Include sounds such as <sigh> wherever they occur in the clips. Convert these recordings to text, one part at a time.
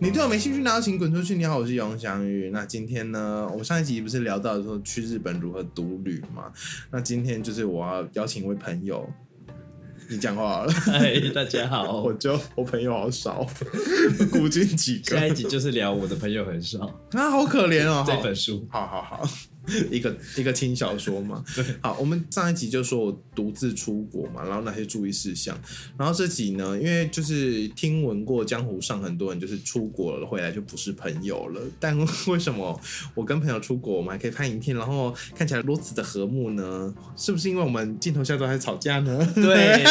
你对我没兴趣，然后请滚出去。你好，我是杨祥宇。那今天呢，我们上一集不是聊到说去日本如何独旅嘛？那今天就是我要邀请一位朋友，你讲话好了。 <laughs> 嗨，大家好我，就我朋友好少， <laughs> 估计几下 <laughs> 个。一集就是聊我的朋友很少啊， <laughs> 好可怜哦。这 <laughs> 本书，好好好，一个一个轻小说 <laughs> 嘛。好，我们上一集就说我独自出国嘛，然后那些注意事项。然后这集呢，因为就是听闻过江湖上很多人就是出国了回来就不是朋友了，但为什么我跟朋友出国，我们还可以拍影片，然后看起来如此的和睦呢？是不是因为我们镜头下都还吵架呢？ <laughs> 对，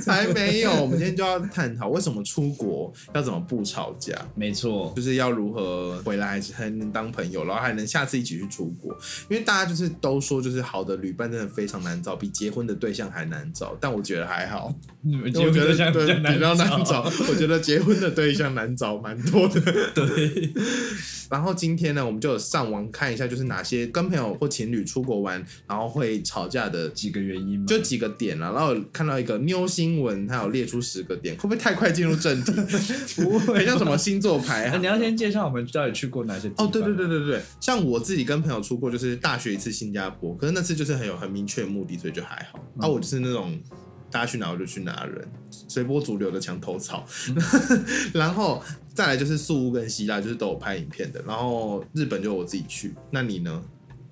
才没有。我们今天就要探讨为什么出国要怎么不吵架。没错，就是要如何回来还是还能当朋友，然后还能下次一起去出国。因为大家就是都说，就是好的旅伴真的非常难找，比结婚的对象还难找。但我觉得还好，你们我觉得像对比比较难找，我觉得结婚的对象难找蛮多的。对，然后今天呢，我们就有上网看一下，就是哪些跟朋友或情侣出国玩，然后会吵架的。几个原因嘛，就几个点啦、然后有看到一个妞新闻，它有列出十个点，会不会太快进入正题？不很 <laughs> <laughs> 会呃像什么星座牌啊那？你要先介绍我们到底去过哪些地方哎哦，对对对，对对，像我自己跟朋友出过，就是大学一次新加坡，可是那次就是很有很明确的目的，所以就还好。嗯啊，我就是那种大家去哪我就去哪的人，随波逐流的墙头草。嗯 <laughs> 然后再来就是宿屋跟希腊，就是都有拍影片的。然后日本就我自己去，那你呢？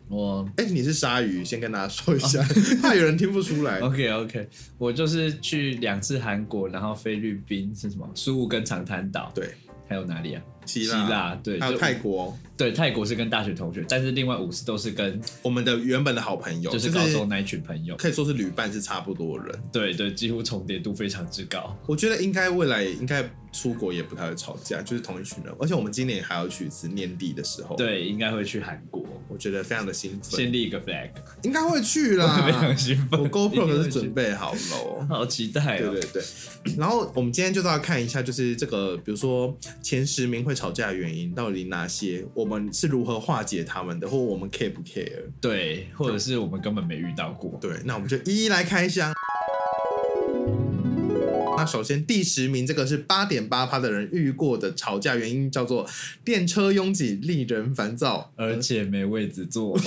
我哎，你是鲨鱼，先跟大家说一啊下， <laughs> 怕有人听不出 <laughs> 来。 OK OK，我就是去两次韩国，然后菲律宾是什么苏武跟长滩岛，对，还有哪里啊？希希腊，腊，对，还有就泰国，对泰国是跟大学同学，但是另外五次都是跟我们的原本的好朋友，就是高中那一群朋友，可以说是旅伴，是差不多的人。对对，几乎重叠度非常之高。我觉得应该未来应该出国也不太会吵架，就是同一群人。而且我们今年还要去一次年底的时候，，对，应该会去韩国，我觉得非常的兴先奋，立一个 flag，应该会去 <laughs> 非常啦。兴奋。我 GoPro 一定可会是去准，备好了哦。好期待对哦。对对，然后我们今天就是要看一下，就是这个，比如说前十名会吵架的原因到底哪些，我们是如何化解他们的，或我们 care 不 care？对，或者是我们根本没遇到过。对，那我们就一一来开箱。那首先第十名，这个是八点八趴的人遇过的吵架原因，叫做电车拥挤令人烦躁。而且没位置坐，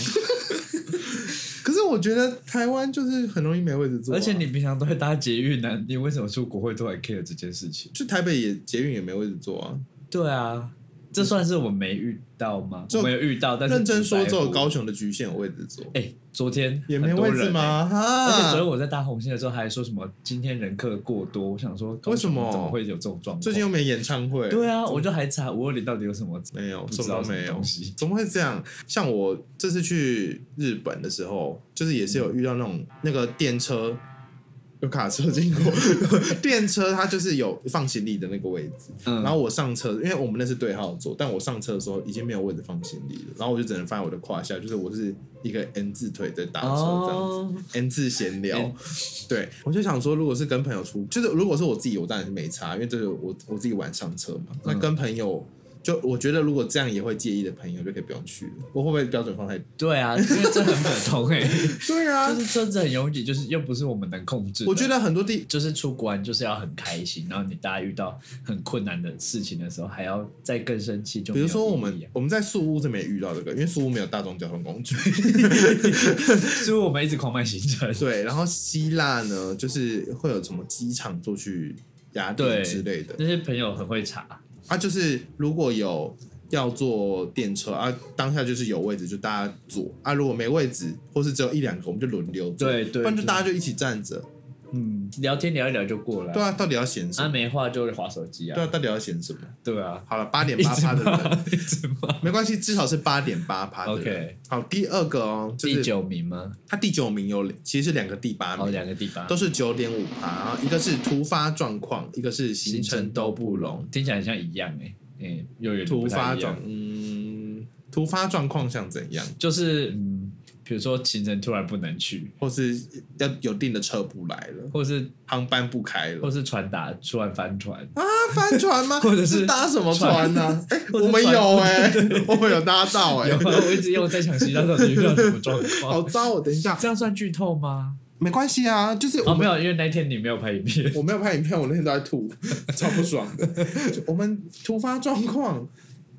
可是我觉得台湾就是很容易没位置坐啊、而且你平常都会搭捷运呢，你为什么出国会突然 care 这件事情？去台北也捷运也没位置坐啊。对啊，这算是我没遇到吗？就我没有遇到，但是认真说，不在只乎有高。雄的局限有位置坐，哎，昨天也没很多位置人哎？吗？啊而且昨天哈，我在搭红线的时候还说什么今天人客过多，我想说高为什雄么怎么会有这种状况？最近又没演唱会，对啊，我就还查五二零到底有什么没有，不什么知道都什没么有 <laughs> 东。西。怎么会这样？像我这次去日本的时候，就是也是有遇到那种、那个电车有卡车经 <laughs> 过，电车它就是有放行李的那个位置。嗯然后我上车，因为我们那是对号座，但我上车的时候已经没有位置放行李了，然后我就只能放在我的胯下，就是我是一个 N 字腿在搭车这样子、哦 n 字闲聊 N。 <laughs> 对，我就想说，如果是跟朋友出，就是如果是我自己，我当然是没差，因为这是我我自己晚上车嘛。那嗯跟朋友，就我觉得如果这样也会介意的朋友，就可以不用去了。我会不会标准放 <laughs> 太低？对啊，因为这很普 <laughs> 通哎、对啊就，是车子很拥挤，就是又不是我们能控制的。我觉得很多地就是出国玩就是要很开心，然后你大家遇到很困难的事情的时候，还要再更生气，就比没有如说我意们义啊我们在宿屋这边也遇到这个，因为宿屋没有大众交通工具。 <laughs> 啊 <laughs> 所以我们一直狂卖行程。对，然后希腊呢，就是会有什么机场坐去雅典对之类的。那些朋友很会查，啊，就是如果有要坐电车啊，当下就是有位置就大家坐啊，如果没位置或是只有一两个，我们就轮流坐，对对不然就对大家就一起站着。嗯，聊天聊一聊就过了。对啊，到底要嫌什啊，么？没话就划手机对啊，啊。到底要嫌什么？对啊，好了，八点一八直趴的人 <laughs> 骂，一直骂。没关系，至少是八点八趴的人。 OK 好，第二个哦，就第是九名吗？他第九名有其实是两个第八哦，名，两个地方都是九点五趴，然后一个是突发状况，一个是行程都不拢。听起来很像一样哎、嗯，又有点突不太发一状，样嗯，突发状况像怎样？就是嗯，比如说行程突然不能去，或是要有订的车不来了，或是航班不开了或是船打突然翻船，啊，帆船吗？ <laughs> 或者是是搭什么船 <laughs> 呢？哎，或我是们船有哎，我们有搭到哎有，啊，我一直又在想其他到底遇到什么状 <laughs> 好况，糟！哦！等一下，这样算剧透吗？没关系啊，就是我哦，们、没有，因为那天你没有拍 <laughs> 影片，我没有拍影片，我那天都在吐， <laughs> 超不爽的。就我们突发状况，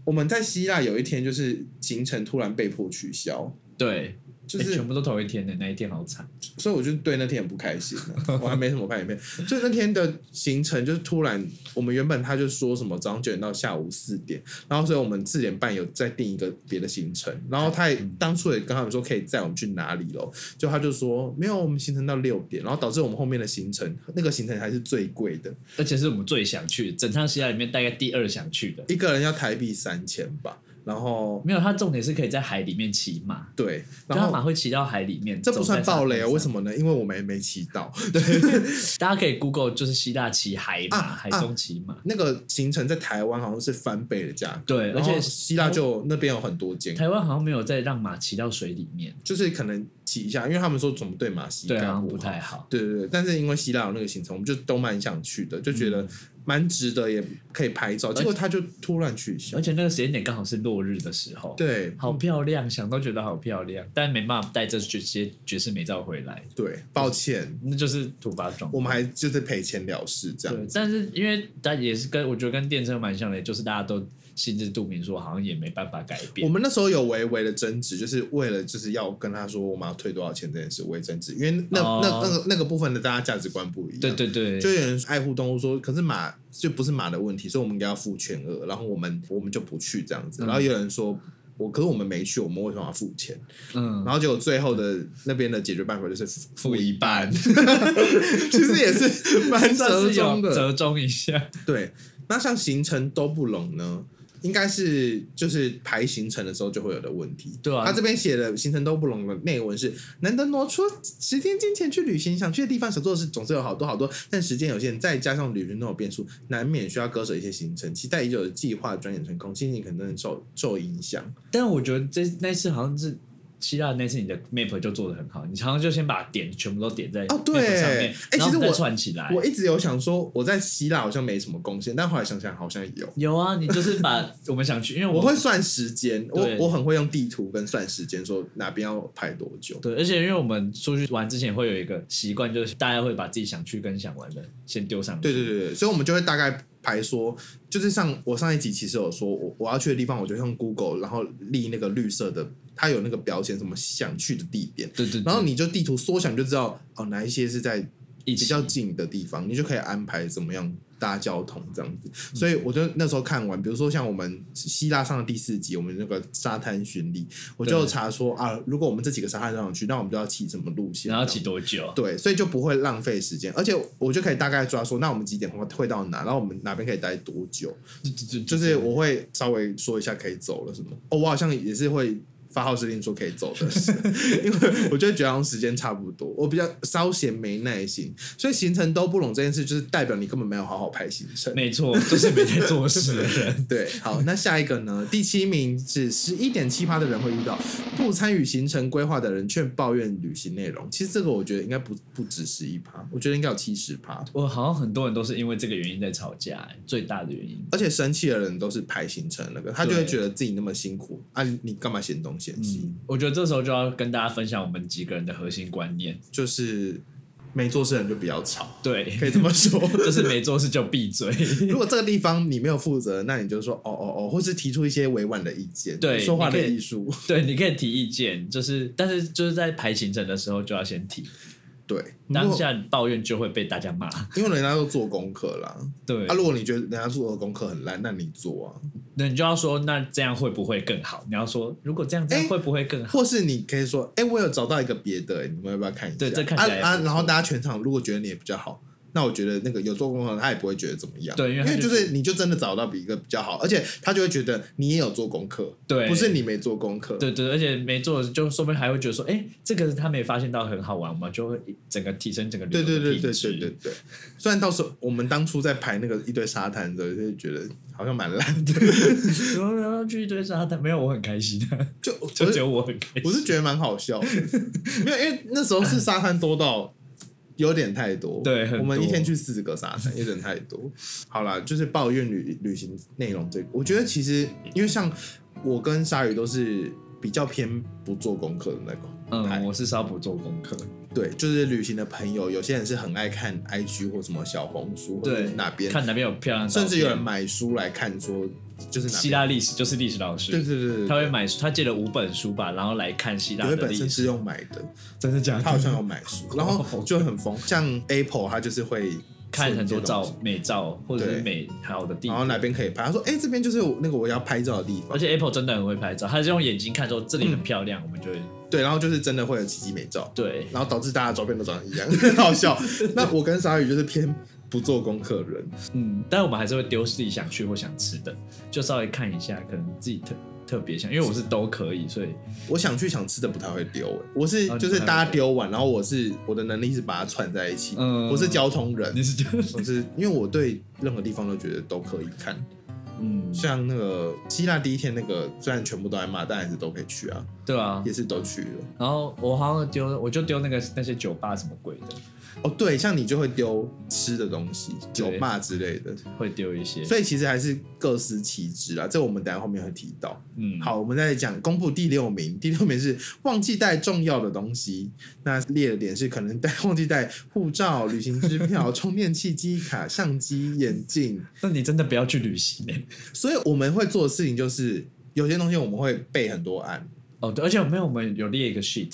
我们在希腊有一天就是行程突然被迫取消，对，就欸是全部都同一天的，那一天好惨。所以我就对那天很不开心啊、我还没什么拍影片。就那天的行程，就是突然我们原本他就说什么早上九点到下午四点，然后所以我们四点半有再定一个别的行程，然后他也当初也跟他们说可以载我们去哪里咯，就他就说没有，我们行程到六点，然后导致我们后面的行程那个行程还是最贵的，而且是我们最想去，整趟希腊里面大概第二想去的。一个人要台币三千吧，然后没有，它重点是可以在海里面骑马，对，就然它后马。会骑到海里面。这不算暴雷啊？为什么？么呢？因为我们也没骑到。大家可以 Google 就是希腊骑海马，啊海中骑马。那个行程在台湾好像是翻倍的价格，对然后而且希腊就那边有很多间，台湾好像没有再让马骑到水里面，就是可能骑一下，因为他们说怎么对马西对，啊干好好像不太好。对对对，但是因为希腊有那个行程，我们就都蛮想去的，就觉得蛮值得，也可以拍照。结果他就突然取消而，且那个时间点刚好是落日的时候，，对好漂亮，想都觉得好漂亮，但没办法带这绝些绝世美照回来，对，抱歉，那就是突发状我况。们还就是赔钱了事这对样，子。但是因为大家也是跟我觉得跟电车蛮像的，就是大家都心知肚明，说好像也没办法改我变。们那时候有微微的争执，就是为了就是要跟他说我们要退多少钱这件事微争执，因为那、哦那那个那个部分的大家价值观不一样，对对对，就有人爱护动物说，可是马就不是马的问题，所以我们应该要付全额，然后我们我们就不去这样子。嗯然后有人说，我可是我们没去，我们为什么要付钱？嗯，然后结果最后的那边的解决办法就是付，付一 <laughs> 半，其实也是蛮算 <laughs> 是折有中的。折中一下。对，那像行程都不拢呢，应该是就是排行程的时候就会有的问题。对啊他这边写的行程都不拢的内文是：难得挪出时间金钱去旅行，想去的地方、想做的事总是有好多好多，但时间有限，再加上旅行那种变数，难免需要割舍一些行程。期待已久的计划转眼成空，心情可能真的受受影响。但我觉得这那次好像是希腊那次你的 map 就做的很好，你常常就先把点全部都点在哦对 map 上面，哎然后其实再我串起来。我一直有想说，我在希腊好像没什么贡献，但后来想想好像有。有啊，你就是把我们想去，因为我会算时间，我对我很会用地图跟算时间，说哪边要拍多久。对，而且因为我们出去玩之前会有一个习惯，就是大家会把自己想去跟想玩的先丢上去。对对对对，所以我们就会大概排说，就是上我上一集其实有说，我我要去的地方，我就用 Google，然后立那个绿色的，它有那个标签，什么想去的地点，对对对，然后你就地图缩小，你就知道哦哪一些是在一比起较近的地方，你就可以安排怎么样搭交通这样子。所以我就那时候看完，比如说像我们希腊上的第四集，我们那个沙滩巡礼，我就对查说啊，如果我们这几个沙滩上去，那我们就要骑什么路线，然后这样骑多久？对，所以就不会浪费时间，而且我就可以大概抓说，那我们几点会会到哪，然后我们哪边可以待多久，就就是我会稍微说一下可以走了什么。哦，我好像也是会发号施令说可以走的，因为我就会觉得好像时间差不多，我比较稍显没耐心，所以行程都不拢这件事，就是代表你根本没有好好排行程。没错，就是没在做事的人。 <laughs> 对，好，那下一个呢？第七名是十一点七趴的人会遇到不参与行程规划的人，却抱怨旅行内容。其实这个我觉得应该不不止十一趴，我觉得应该有七十趴。我好像很多人都是因为这个原因在吵架、最大的原因。而且生气的人都是排行程那个，他就对会觉得自己那么辛苦啊，你干嘛嫌东嫌西？嗯，我觉得这时候就要跟大家分享我们几个人的核心观念。就是没做事的人就比较吵， <laughs> 对，可以这么说。就是没做事就闭嘴。 <laughs> <laughs> 如果这个地方你没有负责，那你就说哦哦哦，或是提出一些委婉的意见，对说话的你可以艺术，对，你可以提意见，就是但是就是在排行程的时候就要先提，对。如当果下抱怨就会被大家骂。因为人家都做功课啦，对，啊，如果你觉得人家做的功课很烂，那你做啊，那你就要说，那这样会不会更好？你要说，如果这样，这样哎会不会更好？或是你可以说，哎、我有找到一个别的、哎你们要不要看一下？对这看起来也不啊啊，错然后大家全场如果觉得你也比较好，那我觉得那个有做功课的他也不会觉得怎么样，对因为因他为就就是是你就真的找到比一个比较好，而且他就会觉得你也有做功课，对不是你没做功课，对对，而且没做，就说不定还会觉得说，哎，这个他没发现到很好玩嘛，就会整个提升整个旅对游对的对对品对质。对对对。<laughs> 虽然到时候我们当初在排那个一堆沙滩的时候，就觉得好像蛮烂 <laughs> 的，对，然后然后去一堆沙滩，没有，我很开心的， <laughs> 就就我只是有我很开心。 <laughs> 我是觉得蛮好 <laughs> 笑的，没有，因为那时候是沙滩多到。有点太多，对很我们多一天去四个沙滩，有点太多。好啦，就是抱怨旅旅行内容这个，我觉得其实因为像我跟鲨鱼都是比较偏不做功课的那个，嗯，我是稍不做功课，对，就是旅行的朋友，有些人是很爱看 IG 或什么小红书，或对者哪边，看哪边有漂亮的照甚片，至有人买书来看，说就是哪希边，腊历史就是历史老对师，对对对，他会买书，他借了五本书吧，然后来看希腊有一的本历甚至史，用买的，真的假他好像有买书，然后就很疯，像 Apple 他就是会看很多存这些东照西，美照或者对哦是美好的地然后方。哪边可以拍，他说哎、这边就是我那个我要拍照的地而方，且 Apple 真的很会拍照，他是用眼睛看说这里很漂亮，我们就会对，然后就是真的会有奇迹美照，对然后导致大家照片都长得一样， <laughs> 很好笑。那我跟鲨鱼就是偏不做功课人，嗯，但我们还是会丢自己想去或想吃的，就稍微看一下，可能自己特特别想，因为我是都可以，所以我想去想吃的不太会丢、欸我是哦你就是不太会大家丢完，然后我是我的能力是把它串在一起，嗯我是交通人你，是觉得我是因为我对任何地方都觉得都可以看，嗯，像那个希腊第一天那个，虽然全部都在骂，但还是都可以去啊，对啊也。是都去了。然后我好像丢，我就丢那个那些酒吧什么鬼的，哦，对，像你就会丢吃的东西、酒对吧之类的，会丢一些。所以其实还是各司其职啦。这我们等一下后面会提到。嗯，好，我们再讲公布第六名，第六名是忘记带重要的东西。那列的点是可能带忘记带护照、旅行支 <laughs> 票、充电器、记忆卡、相机、眼镜。那你真的不要去旅行欸所以我们会做的事情就是，有些东西我们会备很多案，哦，对，而且我们有我们有列一个 sheet，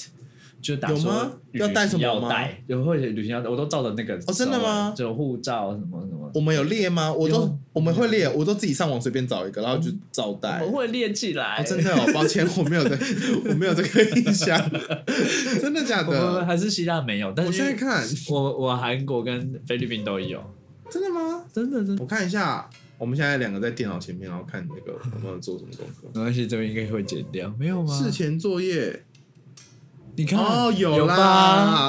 就打有说吗旅要带行什么吗要带，有或者旅行要带，我都照着那个哦真的吗就护照什么什么，我们有列吗？我都有嗯我们会列，我都自己上网随便找一个，然后就照带。我会列起来。哦、真的哦，抱 <laughs> 歉，我没有这，我没有这个印象，真的假我们的？还是希腊没有，但我是现在看，我我韩国跟菲律宾都有，真的吗？真的真的。我看一下，我们现在两个在电脑前面，然后看那个我们有做什么功课。没关系，这边应该会剪掉，没有吗？事前作业， <laughs> 你看哦有有啦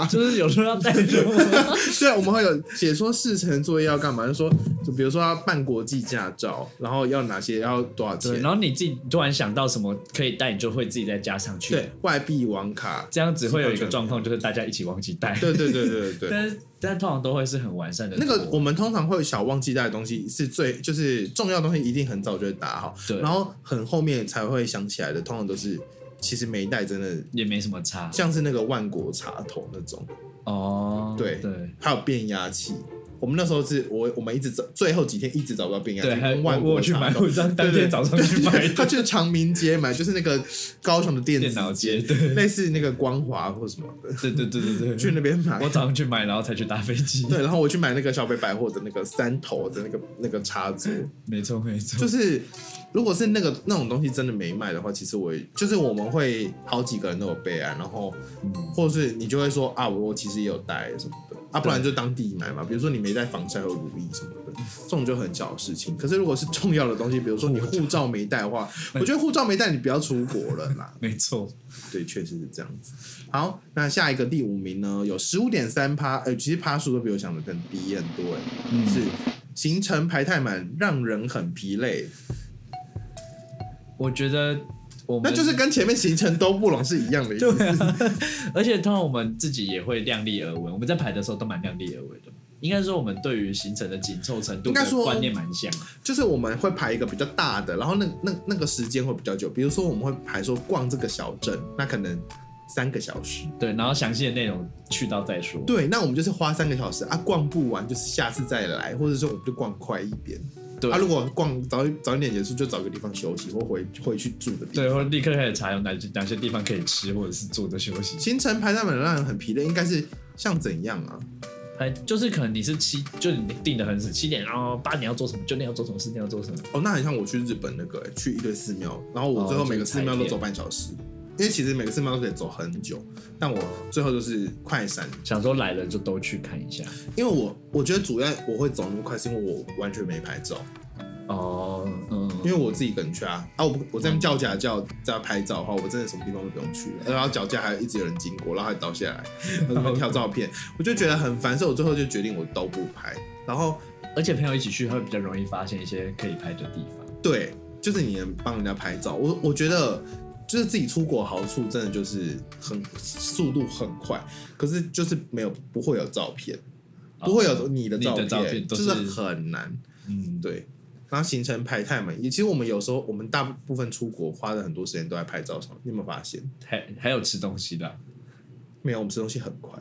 吧就是有时候要带着 <laughs> 我。对，我们会有写说事前作业要干嘛，就说就比如说要办国际驾照，然后要哪些，要多少对，钱，然后你自己突然想到什么可以带，你就会自己再加上去。对，外币网卡，这样只会有一个状况，就是大家一起忘记带。对对对对对 <laughs> 对。但是但通常都会是很完善的图。那个我们通常会小忘记带的东西是最就是重要的东西，一定很早就会打好，对然后很后面才会想起来的，通常都是其实没带，真的也没什么差像是那个万国茶头那种。哦。对对还有变压器。我们那时候是我我们一直找最后几天一直找不到变压器，对，还有跟万我国我去茶买，都我当对当对天早上去买 <laughs> 他的去长明街买，就是那个高雄的电电子脑街。对类似那个光华或什么的，对对对对去对，那边买我。早上去买，然后才去搭飞机。对，然后我去买那个小北百货的那个三头的那个那个插座，没错没错 <laughs> 就。是如果是那个那种东西真的没卖的话，其实我也就是我们会好几个人都有备案，然后嗯或者是你就会说啊，我我其实也有带什么的啊，不然就当地买嘛。比如说你没带防晒和乳液什么的，这种就很小的事情。可是如果是重要的东西，比如说你护照没带的 <laughs> 话，我觉得护照没带你不要出国了啦。没错，对，确实是这样子。好，那下一个第五名呢，有十五点三趴，呃，其实趴数都比我想的更低很多、欸，嗯是行程排太满，让人很疲累。我觉得我们那就是跟前面行程都不拢是一样的意思。对啊，而且通常我们自己也会量力而为，我们在排的时候都蛮量力而为的。应该说，我们对于行程的紧凑程度应该的说观念蛮像。就是我们会排一个比较大的，然后那那那个时间会比较久，比如说我们会排说逛这个小镇，那可能三个小时。对，然后详细的内容去到再说。对，那我们就是花三个小时啊，逛不完就是下次再来，或者说我们就逛快一点。对啊，如果逛早一早一点结束，就找个地方休息或回回去住的地方。对，或者立刻开始查有哪些哪些地方可以吃，或者是坐着休息。行程排那满让人很疲累，应该是像怎样啊？哎，就是可能你是七，就你定的很死，七点然后八点要做什么，九点要做什么，十点要做什么。哦，那很像我去日本那个、欸去一堆寺庙，然后我哦最后每个就是寺庙踩都点走半小时，因为其实每个寺庙都可以走很久，但我最后就是快闪想说来了就都去看一下。因为我我觉得主要我会走那么快，是因为我完全没拍照，哦，嗯，因为我自己一个人去啊啊！我不我在那边叫假叫在拍照的话，我真的什么地方都不用去了，然后脚架还一直有人经过，然后还倒下来，然后在那边挑照片，我就觉得很烦，所以我最后就决定我都不拍。然后而且朋友一起去会比较容易发现一些可以拍的地方。对，就是你能帮人家拍照，我我觉得。就是自己出国好处，真的就是很速度很快，可是就是没有不会有照片，不会有你的啊你照的片，照片都就是是很难。嗯，对，然后行程排太满，也其实我们有时候我们大部分出国花的很多时间都在拍照上，你有没有发现？还还有吃东西的啊、没有，我们吃东西很快，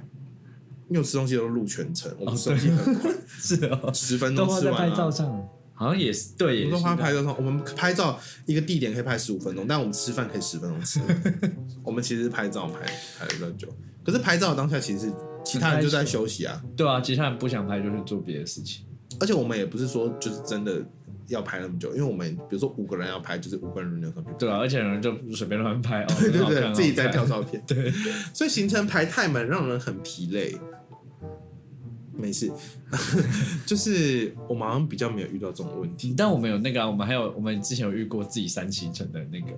因为我吃东西都录全程，我哦不吃东西很快，是 <laughs> 哦，十、分都钟花吃在完啊拍照了。上，好像也是对，我也们都是花拍照上，我们拍照一个地点可以拍十五分钟，但我们吃饭可以十分钟 <laughs> 吃完。我们其实拍照拍拍的比较久，可是拍照的当下其实其他人就在休息啊，对啊，其他人不想拍就去做别的事情，而且我们也不是说就是真的要拍那么久，因为我们比如说五个人要拍，就是五个人轮流上去拍。对啊，而且有人就随便乱拍哦， <laughs> 对对很好看对，哦自己在，挑很好照片。对， <laughs> 所以行程排太满，让人很疲累。没事， <laughs> 就是我们好像比较没有遇到这种问题看但我们有那个啊，我们还有我们之前有遇过自己三行程的那个，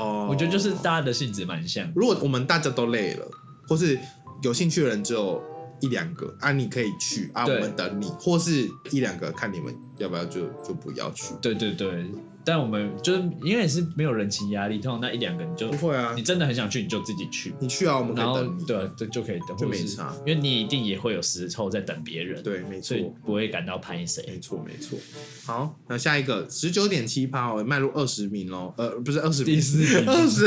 哦。我觉得就是大家的性质蛮像，如果我们大家都累了，或是有兴趣的人只有一两个啊，你可以去啊，我对们等你，或是一两个看你们要不要就就不要去。对对对，但我们就是因为也是没有人情压力，通常那一两个你就不会啊你，真的很想去你就自己去，你去啊，我们可以然后等你。对啊对就可以等，就或者没是差因为你一定也会有时候在等别人，对，没错哎所以。不会感到拍谁没。错，没错。好，那下一个十九点七趴哦，迈入二十名喽。呃，不是二十名，第四 <laughs> 名二十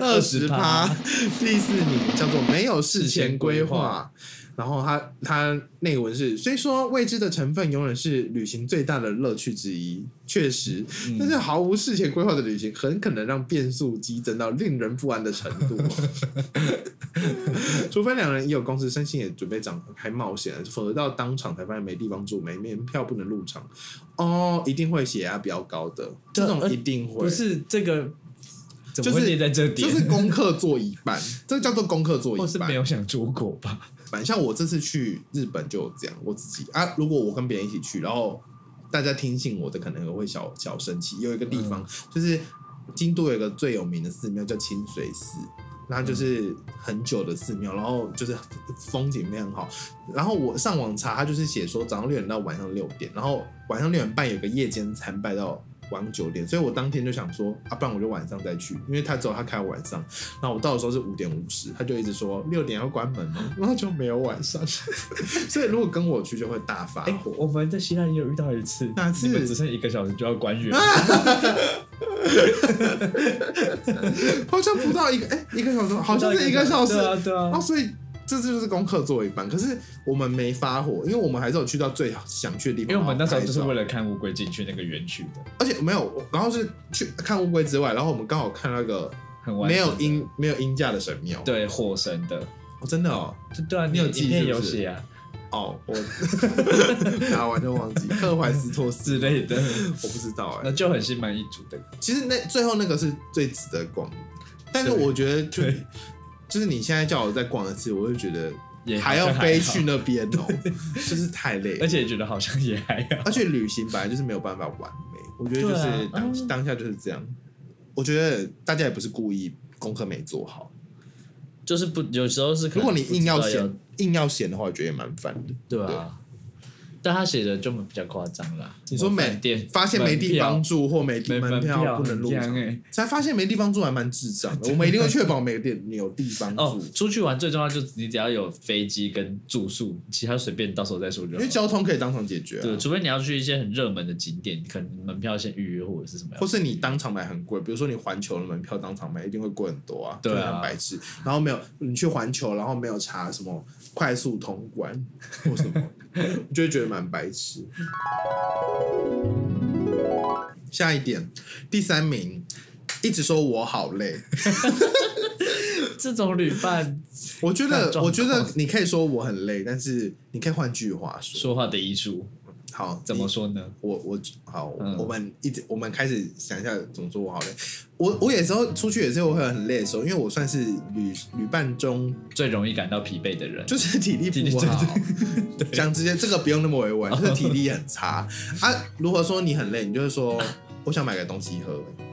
二十20趴趴，第四名叫做没有事前规事前规划划。然后它它内文是，虽说未知的成分永远是旅行最大的乐趣之一，确实，嗯但是毫无事前规划的旅行，很可能让变速激增到令人不安的程 <laughs> 度。除非两人已有共识，身心也准备展开冒险，否则到当场才发现没地方住，没门票不能入场。哦，一定会血压比较高的，这对种而一定会呃不是这个，怎就么会是列在这点？就是功课做一 <laughs> 半，这叫做功课做或一是没半。有想出国吧？反像我这次去日本就有这样，我自己啊，如果我跟别人一起去，然后大家听信我的，可能会小小生气。有一个地嗯方、就是京都有一个最有名的寺庙叫清水寺。然后就是很久的寺庙，然后就是风景非常好。然后我上网查，它就是写说早上六点到晚上六点，然后晚上六点半有个夜间参拜到晚上九点，所以我当天就想说，啊，不然我就晚上再去，因为他只有他开晚上。然后我到的时候是五点五十，他就一直说六点要关门嘛，然后就没有晚上。 <laughs> 所以如果跟我去就会大发哎、火。我们在希腊也有遇到一次，啊哪次啊你们只剩一个小时就要关园， <laughs> 好像不到一个，哎、一个小时，好像是一个小时。对啊，对哦，啊，所以这就是功课做一半。可是我们没发火，因为我们还是有去到最想去的地因方。为我们那时候就是然后为拍照，了看乌龟进去那个园区的，而且没有，然后是去看乌龟之外，然后我们刚好看那个很完没整的有鹰没有鹰架的神庙。对火神的，哦，真的哦，对对啊，你有记影片是不有是写啊哦， <laughs> 我打啊完就忘记克怀斯托斯，之类 <laughs> 的，我不知道哎、那就很心满意足的。其实那最后那个是最值得逛的，但是对我觉得就对就是你现在叫我再逛一次，我就觉得也还好要像飞好去，那边 <laughs> 哦，就是太累了而。且也觉得好像也还好。而且旅行本来就是没有办法完美，我觉得就对是啊当、嗯当下就是这样。我觉得大家也不是故意功课没做好，就是不，有时候是可如能果你硬啊不要知道嫌硬要嫌的话，我觉得也蛮烦的。对啊，但他写的就比较夸张啦。你说每没哦店发现没地方门住或没票地没门票不能入很场香，欸才发现没地方住还蛮智障的。我们一定会确保每个店你有地方 <laughs> 哦住，，出去玩最重要就是你只要有飞机跟住宿，其他随便到时候再说就因好为。交通可以当场解决、对，啊。除非你要去一些很热门的景点，可能门票先预约或者是什么样或。是你当场买很贵，比如说你环球的门票当场买一定会贵很多啊，对啊就很白痴。然后没有你去环球，然后没有查什么快速通关或什么，我就会觉得蛮白痴。下一点，第三名，一直说我好累，这种旅伴我 <laughs> 觉看得状，况我觉得你可以说我很累，但是你可以换句话说，说话的艺术好，怎么说呢？我我好，嗯我们一直我们开始想一下怎么说我好累。我我有时候出去也是会很累的时候，因为我算是旅旅伴中最容易感到疲惫的人，就是 <laughs> 体力体力不好，讲直接这个不用那么委婉，就是体 <laughs> 力很差啊。如果说你很累，你就是说我想买个东西喝，欸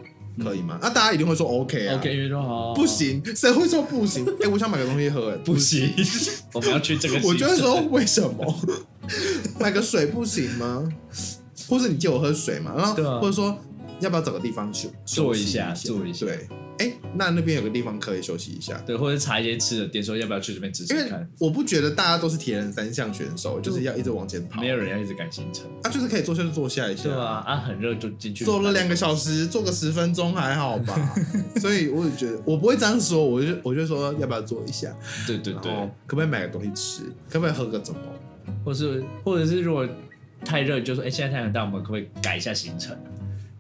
可以吗？那、大家一定会说 OK 啊嗯 OK 运动好不，行，谁会说不 <laughs> 行？哎、我想买个东西喝，哎，不行， <laughs> 我们要去这个行程。我就会说为什么 <laughs> 买个水不行吗？或者你借我喝水嘛？然后对啊或者说要不要找个地方休坐休息一下坐一下对，哎、那那边有个地方可以休息一下，对，或者查一些吃的店，说要不要去这边吃因吃为看。我不觉得大家都是铁人三项选手，就是要一直往前跑，没有人要一直赶行程，啊，就是可以坐下就坐下一下，对啊，啊，很热就进去坐了两个小时，坐个十分钟还好 <laughs> 吧？所以我也觉得我不会这样说，我就我就说要不要坐一下，对对对然，后可不可以买个东西吃，可不可以喝个什么？或是或者是如果太热，就说哎、现在太阳大，我们可不可以改一下行程？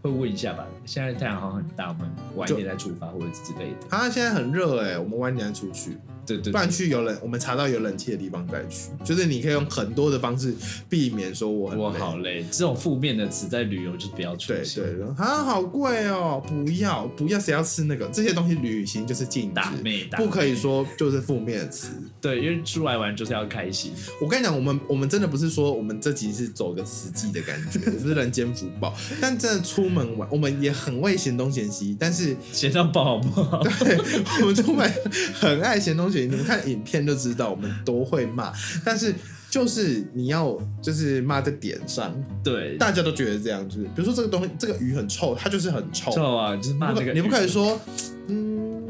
会问一下吧，现在太阳好像很大，我们晚一点再出发或者之类的。啊，现在很热哎、我们晚点再出去，对不对对然去有冷，我们查到有冷气的地方再去。就是你可以用很多的方式避免说我很我累好累，这种负面的词在旅游就不要出对现。对，然后啊好贵哦，不要不要，谁要吃那个？这些东西旅行就是禁打止，妹打妹不可以说就是负面的词。对，因为出来玩就是要开心。我跟你讲，我们我们真的不是说我们这集是走个实际的 <laughs> 感觉，不是人间福报。但真的出门玩，我们也很会嫌东嫌西，但是闲到爆 <laughs> 好不好？对我们出门很爱嫌东嫌西。你们看影片就知道我们多会骂，但是就是你要就是骂在点上，对，大家都觉得这样，就是比如说这个东西，这个鱼很臭，它就是很臭，臭啊，就是骂不可这个，你不可以，说，嗯，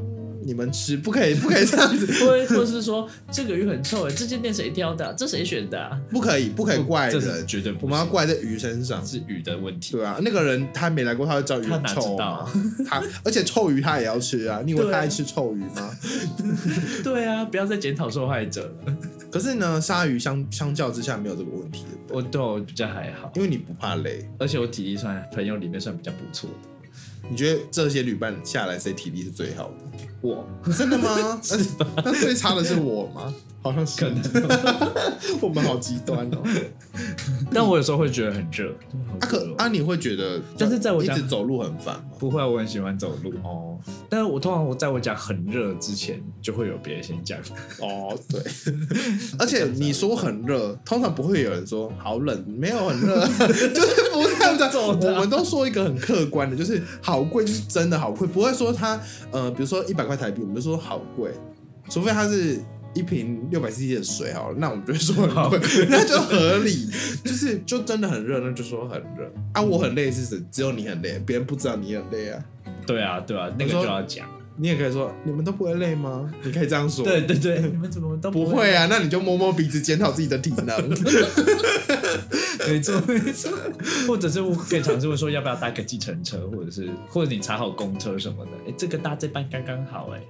你们吃不可以，不可以这样子，或者或是说这个鱼很臭哎，这间店谁挑的啊？这谁选的啊？不可以，不可以怪这是人，绝对不行，我们要怪在鱼身上。是鱼的问题。对啊，那个人他没来过，他会知道鱼他很哪臭知道啊啊。 <laughs> 他而且臭鱼他也要吃啊，你以为对啊他爱吃臭鱼吗？ <laughs> 对啊，不要再检讨受害者 <laughs> 了。可是呢，鲨鱼相相较之下没有这个问题，我对我比较还好，因为你不怕累。而且我体力算朋友里面算比较不错的。你觉得这些旅伴下来谁体力是最好的？我真的吗？ <laughs> 那那最差的是我吗？好像是可，能， <laughs> 我们好极端哦。但我有时候会觉得很 <laughs> 热。啊可啊，你会觉得，但是在我一家直走路很烦吗？不会啊，我很喜欢走路。哦但是我通常我在我讲很热之前，就会有别人先讲。 <laughs> <laughs> 哦，对，而且你说很热，通常不会有人说好冷，没有很 <laughs> 热，就是不看的。走的我们都说一个很客观的，就是好贵，就是真的好贵，不会说它呃，比如说一百块台币，我们就说好贵，除非它是。一瓶六百 CC 的水好了，那我们就会说很贵，那就合理，就是就真的很热，那就说很热啊。我很累是指只有你很累，别人不知道你很累啊。对啊，对啊，那个我说就要讲。你也可以说你们都不会累吗？你可以这样说。对对对， <laughs> 你们怎么都不会啊，那你就摸摸鼻子，检讨自己的体能。没错没错， <laughs> 或者是我可以尝试问说要不要搭个计程车，或者是或者你查好公车什么的，哎、这个搭这班刚刚好、哎，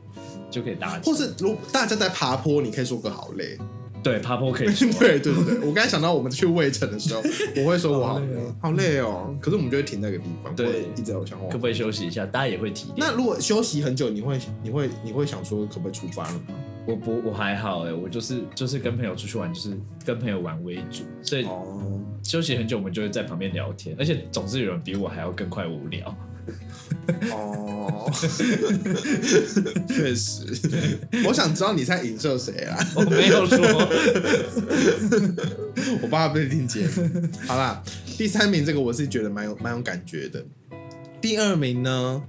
就可以搭。或是如大家在爬坡，你可以说个好累。 <laughs> 对爬坡可以说， <laughs> 对对对对，我刚才想到我们去魏城的时候，我会说我好累好累哦，好累哦。可是我们就会停在一个地方，对不会一直有想可不往。可以休息一下？大家也会体力。那如果休息很久，你会你会你会想说可不可以出发了吗？我不我还好哎、我就是就是跟朋友出去玩，就是跟朋友玩为主，所以哦，休息很久，我们就会在旁边聊天，而且总是有人比我还要更快 <laughs> 无聊。哦， <laughs> 确实，我想知道你在影射谁啊？我没有说， <laughs> 我爸不是听 <laughs> 节目。好啦，第三名这个我是觉得蛮有蛮有感觉的。第二名呢，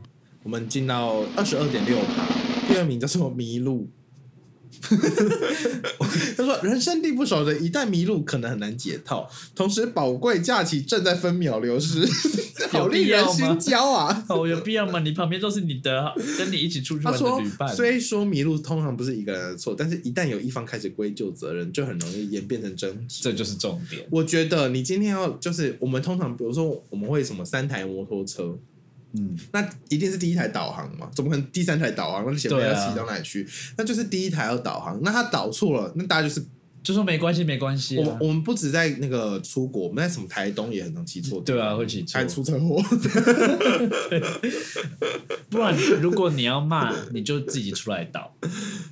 我们进到二十二点六趴，第二名叫做迷路。 <laughs> 他说：“人生地不熟的，一旦迷路，可能很难解套。同时，宝贵假期正在分秒流 <laughs> 失，好令人心焦啊！ <laughs> 哦，有必要吗？你旁边都是你的跟你一起出 <laughs> 去他玩的说旅，伴，虽说迷路通常不是一个人的错，但是一旦有一方开始归咎责任，就很容易演变成争执。这就是重点。我觉得你今天要就是我们通常比如说我们会什么三台摩托车，嗯，那一定是第一台导航嘛，怎么可能第三台导航？那前面对要啊骑到哪里去？那就是第一台要导航，那他导错了，那大家就是就说没关系，没关系、我啊们。我们不止在那个出国，我们在什么台东也很常骑错地，对啊，会起错还。出车祸。 <laughs> 不然，如果你要骂，你就自己出来倒。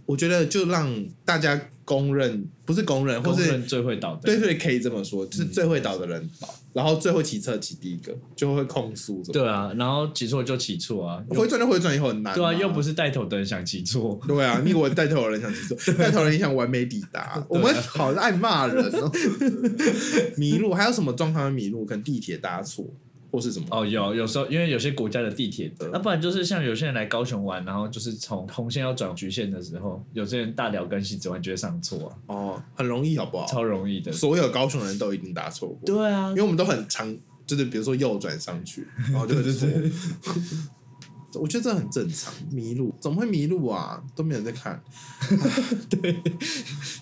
我觉得就让大家公认，不是公 <laughs> 认，或公是认最会倒的，对对，可以这么说，就是最会导的人导，然后最会骑车骑第一个，就会控诉什么。对啊，然后起错就起错啊。回转就回转以后很难嘛，对啊，又不是带头的人想起错， <laughs> 对啊，你以为带头的人想去 <laughs> 啊做，带头人也想完美抵达。我们好爱骂人哦， <laughs> 迷路还有什么状况会迷路？可能地铁搭错或是什么？哦，有有时候因为有些国家的地铁的，那、不然就是像有些人来高雄玩，然后就是从红线要转橘线的时候，有些人大聊跟西子湾就会上错啊，哦，很容易好不好？超容易的。所有高雄人都一定搭错过，对啊因，为我们都很常就是比如说右转上去，然后就会错。 <laughs> 我觉得这很正常，迷路怎么会迷路啊？都没有人在看，对，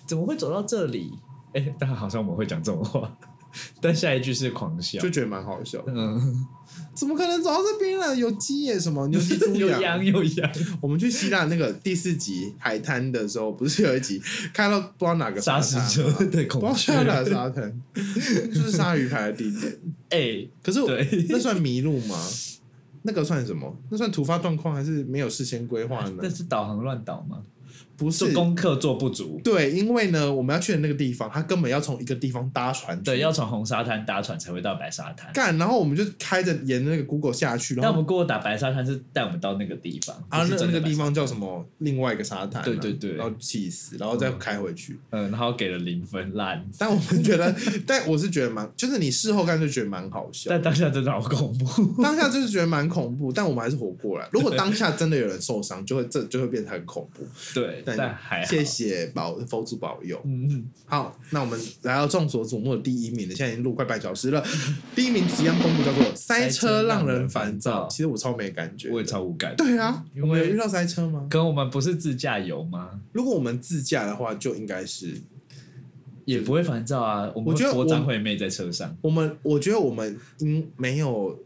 怎么会走到这里？哎、但好像我们会讲这种话，但下一句是狂笑就。觉得蛮好笑。嗯，怎么可能走到这边了？有鸡耶什么？ <laughs> 牛鸡猪又羊痒又痒，我们去希腊那个第四集海滩的时候，不是有一 <laughs> 集看到不知道哪个杀沙死滩车吗的不恐知惧道。哪个沙滩， <laughs> 就是鲨鱼排的地点。哎、可是我对那算迷路吗？那个算什么？那算突发状况还是没有事先规划呢那？是导航乱导吗？不做是，功课做不足，对，因为呢，我们要去的那个地方，他根本要从一个地方搭船去对，要从红沙滩搭船才会到白沙滩。干，然后我们就开着沿着那个 Google 下去，但然我后们过打白沙滩是带我们到那个地方啊，那不是真那个的地白沙方叫什么？另外一个沙滩啊、对对对然后气死，然后再开回去。嗯，然后给了零分烂，但我们觉得， <laughs> 但我是觉得蛮，就是你事后看就觉得蛮好笑，但当下真的好恐怖。当下就是觉得蛮恐怖，但我们还是活过来。如果当下真的有人受伤，就会这就会变得很恐怖。对，但但还好。谢谢保佛祖保佑。嗯嗯，好，那我们来到众所瞩目的第一名了，现在已经录快半小时了。 <laughs> 第一名即将公布，叫做塞车让人烦躁。其实我超没感觉，我也超无感。对啊，因我为们有遇到塞车吗？可我们不是自驾游吗？如果我们自驾的话，就应该是也不会烦躁啊。我们我觉得我我张惠妹在车上，我们，我觉得我们因没有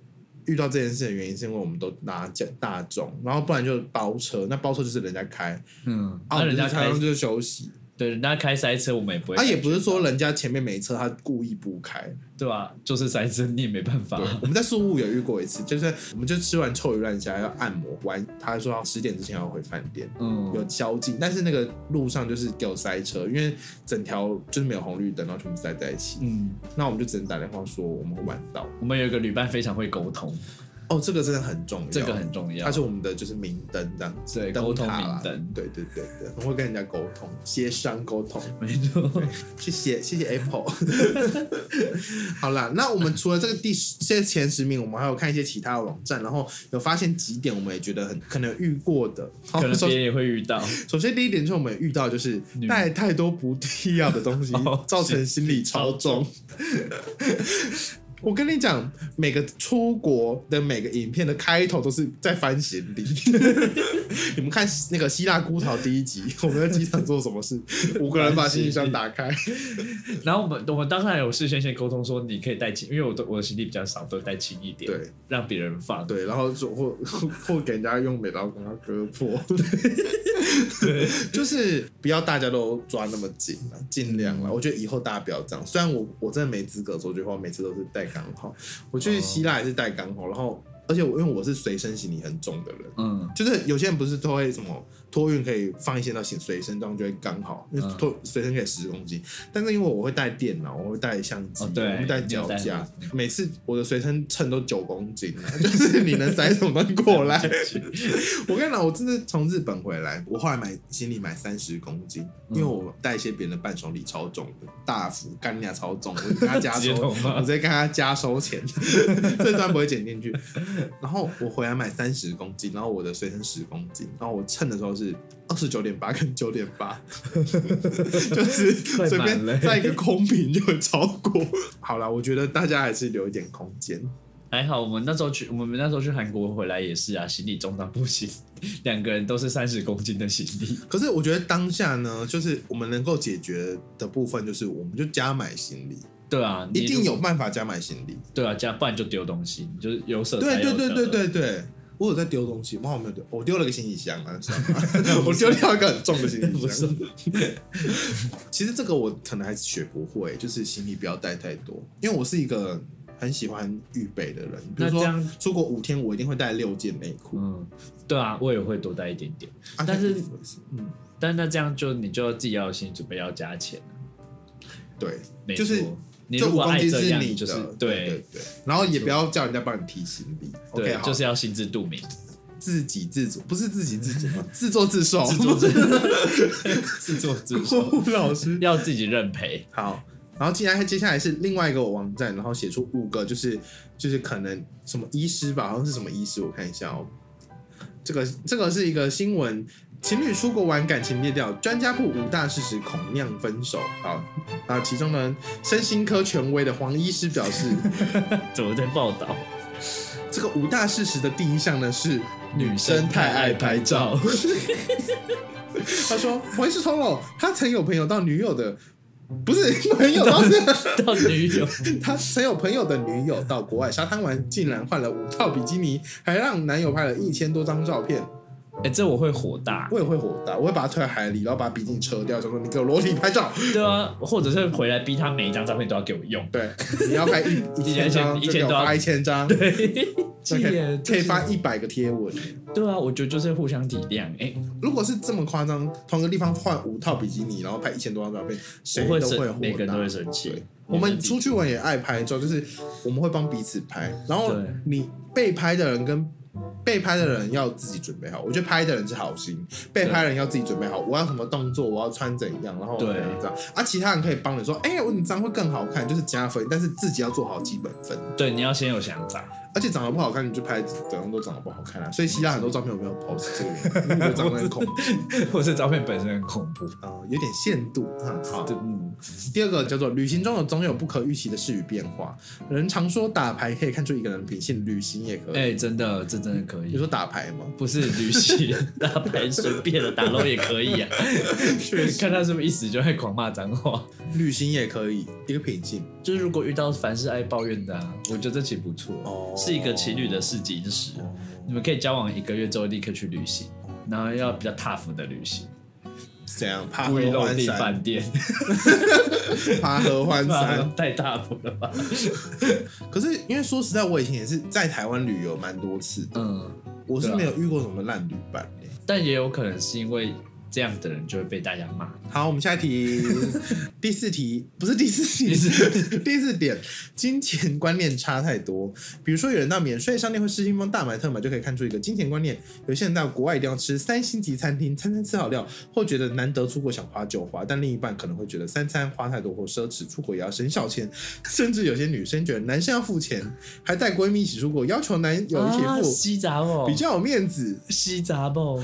遇到这件事的原因，是因为我们都拿讲大众，然后不然就包车，那包车就是人家开，嗯，啊，那人家开开就是休息，对人家开塞车，我们也不会他、感觉到。也不是说人家前面没车，他故意不开。对吧？就是塞车，你也没办法对。，我们在宿务有遇过一次，就是我们就吃完臭鱼烂虾要按摩完，他说要十点之前要回饭店。有嗯，宵禁，但是那个路上就是给我塞车，因为整条就是没有红绿灯，然后全部塞在一起。嗯，那我们就只能打电话说我们会晚到。我们有一个旅伴非常会沟通，哦，这个真的很重要，这个很重啊要它。是我们的就是明灯这样子，对灯沟通塔啦明灯对对对对，很会跟人家沟通，协商沟通。没错，谢谢谢 <laughs> 谢 Apple。好啦，那我们除了这个第十这前十名，我们还有看一些其他的网站，然后有发现几点我们也觉得很可能有遇过的。 <laughs> 好 <laughs> 可能首别人也会遇到。首先第一点就是我们有遇到就是女带太多不必要的东西 <laughs> 哦，造成心理超重。 <laughs> 我跟你讲，每个出国的每个影片的开头都是在翻行 <laughs> 李。你们看那个希腊孤岛第一集，我们在机场做什么事？五个人把行李箱打开，然后我们我们当然有事先先沟通说，你可以带轻，因为我都我的行李比较少，都带轻一点，对，让别人放。对，然后就或 <laughs> 或给人家用美劳跟他割破， <laughs> 对，就是不要大家都抓那么紧了，尽量了。我觉得以后大家不要这样。虽然我我真的没资格说这句话，每次都是带钢号。我去希腊也是带钢号，然后而且我因为我是随身行李很重的人，嗯，就是有些人不是都会什么托运可以放一些到行随身装就会刚好，因为嗯托随身可以十公斤，但是因为我会带电脑，我会带相机，哦对我会带脚你有带架吗，每次我的随身秤都九公斤，啊 <laughs> 就是你能塞什么过 <laughs> 来？我跟你讲，我真的从日本回来，我后来买行李买三十公斤，因嗯为我带一些别人的伴手礼超重的，大福干粮超重，我跟他加直接收，痛骂我直接跟他加收钱， <laughs> 这段不会剪进去。然后我回来买三十公斤，然后我的随身十公斤，然后我称的时候是二十九点八跟九点八， <laughs> 就是快随满了便在一个空瓶就会超过。 <laughs> 好了，我觉得大家还是留一点空间。 <laughs> 还好我们那时候去，我们那时候去韩国回来也是啊，行李重到不行，两个人都是三十公斤的行李。可是我觉得当下呢，就是我们能够解决的部分，就是我们就加买行李，对啊，你一定有办法加买行李。对啊，这样不然就丢东西，你就是有舍才对有对得对对对对，我有在丢东西，哇，我没有丢，我丢了个行李箱啊，算了我丢掉一个很重的行不李是箱。其实这个我可能还是学不会，就是行李不要带太多，因为我是一个很喜欢预备的人，比那如这说样出国五天，我一定会带六件内裤。嗯，对啊，我也会多带一点点，啊但是嗯，但那这样就你就自己要有心理准备要加钱啊，对，没就是错你就如五果公爱斤这是样，你就是的，对对对对，然后也不要叫人家帮你提行李，OK，好就是要心知肚明， <laughs> 自给自足，不是自给自足吗？自作自受，自作自自作自受，郭老师要自己认赔。好。然后，接下来接下来是另外一个网站，然后写出五个，就是就是可能什么医师吧，好像是什么医师，我看一下哦。这个这个是一个新闻情侣出国玩感情裂掉，专家部五大事实恐酿分手。好，啊，其中呢，身心科权威的黄医师表示， <laughs> 怎么在报道？这个五大事实的第一项呢是女生太爱拍照，他说黄医师透露，他曾有朋友到女友的，不是朋友到 <laughs> 到女友，他曾有朋友的女友到国外沙滩玩，竟然换了五套比基尼，还让男友拍了一千多张照片。哎、这我会火大。我也会火大，我会把他推到海里，然后把比基尼扯掉，就说你给我裸体拍照。对啊，或者是回来逼他每一张照片都要给我 <laughs> 用。对，你要拍一一千张，一就千给我多发一千张，对， <laughs> 这这可也以可以就是发一百个贴文。对啊，我觉得就是互相体谅。哎、如果是这么夸张，同一个地方换五套比基尼，然后拍一千多张照片，谁我都会会生，每个火人都大会。生气啊对。我们出出去玩也爱拍照，就是我们会帮彼此拍，然后对你被拍的人跟。被拍的人要自己准备好，我觉得拍的人是好心，被拍的人要自己准备好，我要什么动作，我要穿怎样，然后对怎样这样啊，其他人可以帮你说，哎、我你这样会更好看，就是加分，但是自己要做好基本分。对，你要先有想法。 <laughs> 而且长得不好看，你就拍怎样都长得不好看啊。所以希腊很多照片我没有 post 这个原因，因为我长得很 <laughs> 恐怖，或者照片本身很恐怖。呃，有点限度。哈、好， <laughs> 对，嗯，第二个叫做旅行中有总有不可预期的事与变化。人常说打牌可以看出一个人的品性，旅行也可以。哎、真的，这真的可你以。说打牌吗？不是旅行打牌随便的打漏也可 <laughs> 以啊，看他是不是一死就会狂骂脏话。旅行也可以，一个品性就是如果遇到凡事爱抱怨的、啊，我觉得这期不错，哦是一个情侣的试金石。哦你们可以交往一个月之后立刻去旅行，然后要比较 tough 的旅行，怎样？爬故意合落欢地山，饭店，爬合欢 <laughs> 山。太 tough 了吧？可是因为说实在，我以前也是在台湾旅游蛮多次的，嗯，我是对啊没有遇过什么烂旅伴、欸。但也有可能是因为这样的人就会被大家骂。好，我们下一题， <laughs> 第四题不是第四题，第四第四点，金钱观念差太多。比如说，有人到免税商店或是地方大买特买，就可以看出一个金钱观念；有些人到国外一定要吃三星级餐厅，餐餐吃好料，或觉得难得出国想花就花，但另一半可能会觉得三餐花太多或奢侈，出国也要省小钱。甚至有些女生觉得男生要付钱，还带闺蜜一起出国，要求男友一起付，啊西杂哦，比较有面子。西杂哦，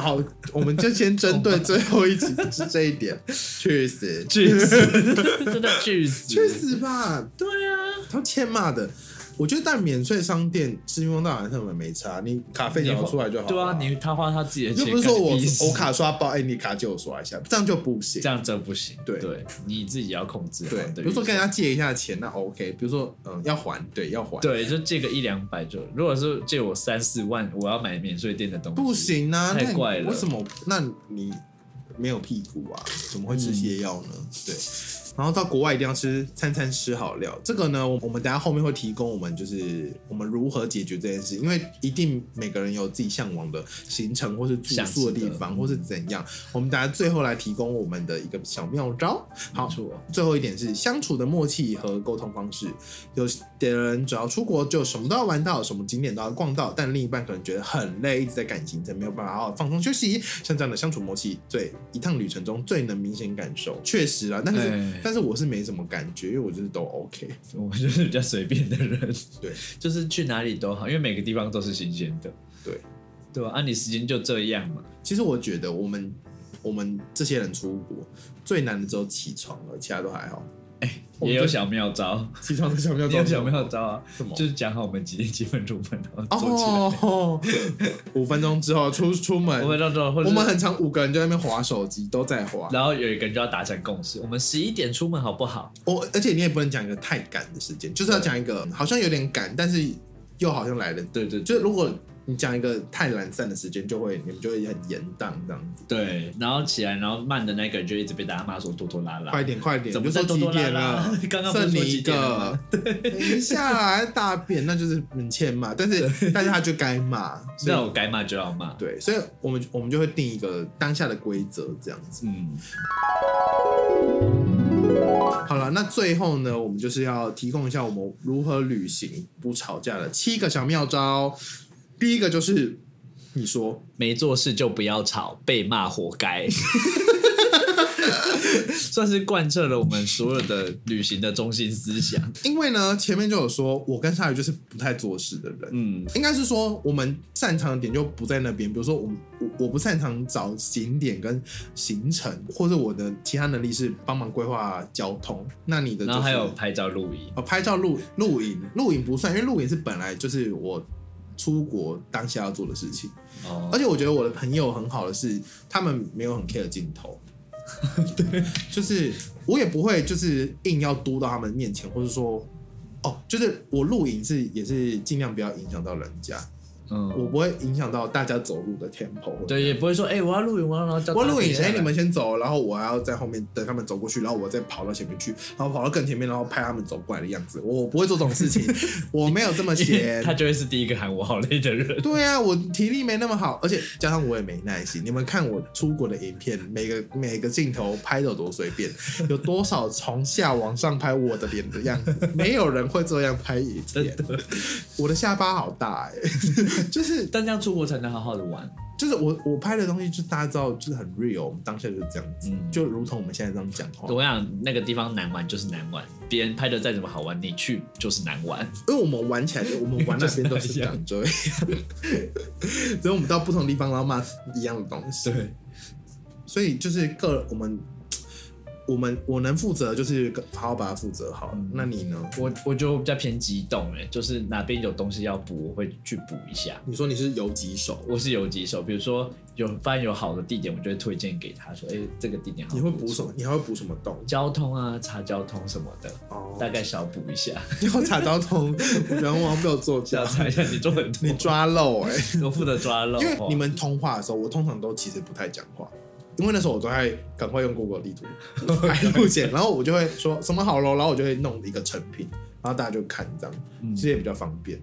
好，我们就先针对最后一集是这一 <laughs> 点，去死，去死， <laughs> 真的去死，去，死吧！对啊，他欠骂的，我觉得在免税商店吃星光大晚上我没差，你卡费缴出来就好了。对啊，你他花他自己的又钱，不是说干我你屁事我卡刷爆，哎、你卡借我刷一下，这样就不行这。样真不行，对对，你自己要控制好对你，比的预算，如说跟人家借一下钱，那 OK。比如说，嗯，要还，对，要还，对，就借个一两百就，如果是借我三四万，我要买免税店的东西，不，行啊，太那你怪了为什么？那你没有屁股啊？怎么会吃泻药呢？嗯对。然后到国外一定要吃餐餐吃好料，这个呢，我我们等一下后面会提供我们就是我们如何解决这件事，因为一定每个人有自己向往的行程或是住想宿吃的的地方，嗯或是怎样，我们等下最后来提供我们的一个小妙招。好没，错，最后一点是相处的默契和沟通方式。有的人只要出国就什么都要玩到，什么景点都要逛到，但另一半可能觉得很累，一直在赶行程，没有办法好好放松休息。像这样的相处默契，最一趟旅程中最能明显感受。确实啊，但是、哎但是我是没什么感觉，因为我就是都 OK。我就是比较随便的人，对， <laughs> 就是去哪里都好，因为每个地方都是新鲜的，对，对吧？啊，你时间就这样嘛，其实我觉得我们我们这些人出国最难的只有起床了，其他都还好。我们哎也就有小妙招，起床的小妙也招有，小妙招啊，什么？就是讲好我们几点几分出门，然后做起来。哦，五分钟之后出出门，我们到时候，或我者是们很常五个人就在那边划手机，都在划。然后有一个人就要达成共识，我们十一点出门好不好？我而且你也不能讲一个太赶的时间，就是要讲一个好像有点赶，但是又好像来的。对对就是如果你讲一个太懒散的时间，就会你们就会很延宕这样子。对，然后起来，然后慢的那个人就一直被大家骂说拖拖拉快拉，点快点，怎就么说在多几多拉点拉 <laughs> 了？？刚刚不是剩你说一几点了个吗？，等一下大便，那就是很欠骂，但是但是他就该骂，所那以我该骂就要骂。对，所以我们我们就会定一个当下的规则这样子。嗯，好了，那最后呢，我们就是要提供一下我们如何旅行不吵架的七个小妙招。第一个就是你说，没做事就不要吵，被骂活该。 <laughs> 算是贯彻了我们所有的旅行的中心思想。因为呢，前面就有说，我跟鲨鱼就是不太做事的人，嗯，应该是说我们擅长的点就不在那边。比如说我们，我我不擅长找景点跟行程，或者我的其他能力是帮忙规划交通。那你的、就是、然后还有拍照录影，呃拍照录录影，录影不算，因为录影是本来就是我出国当下要做的事情。哦而且我觉得我的朋友很好的是，他们没有很 care 镜头。 <laughs> 对，就是我也不会就是硬要嘟到他们面前，或者说，哦，就是我录影是也是尽量不要影响到人家，嗯，我不会影响到大家走路的 tempo。对，也不会说，哎、我要录影，我要然后叫我录影，大家哎、来你们先走，然后我还要在后面等他们走过去，然后我再跑到前面去，然后跑到更前面，然后拍他们走过来的样子。我不会做这种事 <laughs> 情，我没有这么闲他。就会是第一个喊我好累的 <laughs> 人。对啊，我体力没那么好，而且加上我也没耐心。你们看我出国的影片，每个每个镜头拍的有多随便，有多少从下往上拍我的脸的样子，没有人会这样拍影片。我的下巴好大哎、 <laughs> 就是但这样出国才能好好的玩。就是我我拍的东西，就大家知道就是很 real，我们当下就是这样子，嗯就如同我们现在这样讲话。我想那个地方难玩就是难玩，别人拍的再怎么好玩，你去就是难玩。因为我们玩起来，我们玩那边都是这 <laughs> 样，就所以我们到不同地方，然后骂一样的东西。对，所以就是个我们，我们我能负责就是好好把它负责好。嗯那你呢？我我觉得我比较偏激动哎，就是哪边有东西要补，我会去补一下。你说你是游击手，我是有几手，比如说有发现有好的地点，我就会推荐给他说，哎、这个地点好。你会补什么？？你还会补什么 <laughs> 洞？交通啊，查交通什么的，哦，大概小补 <laughs> 一下，调查交 <laughs> 通，人王没有做要到，查一下。你做很多，你抓漏哎、我负责抓漏。因为你们通话的时候，我通常都其实不太讲话，因为那时候我都在赶快用 Google 地图 <laughs> 来路线，然后我就会说什么好咯，然后我就会弄一个成品，然后大家就看这样，嗯其实也比较方便。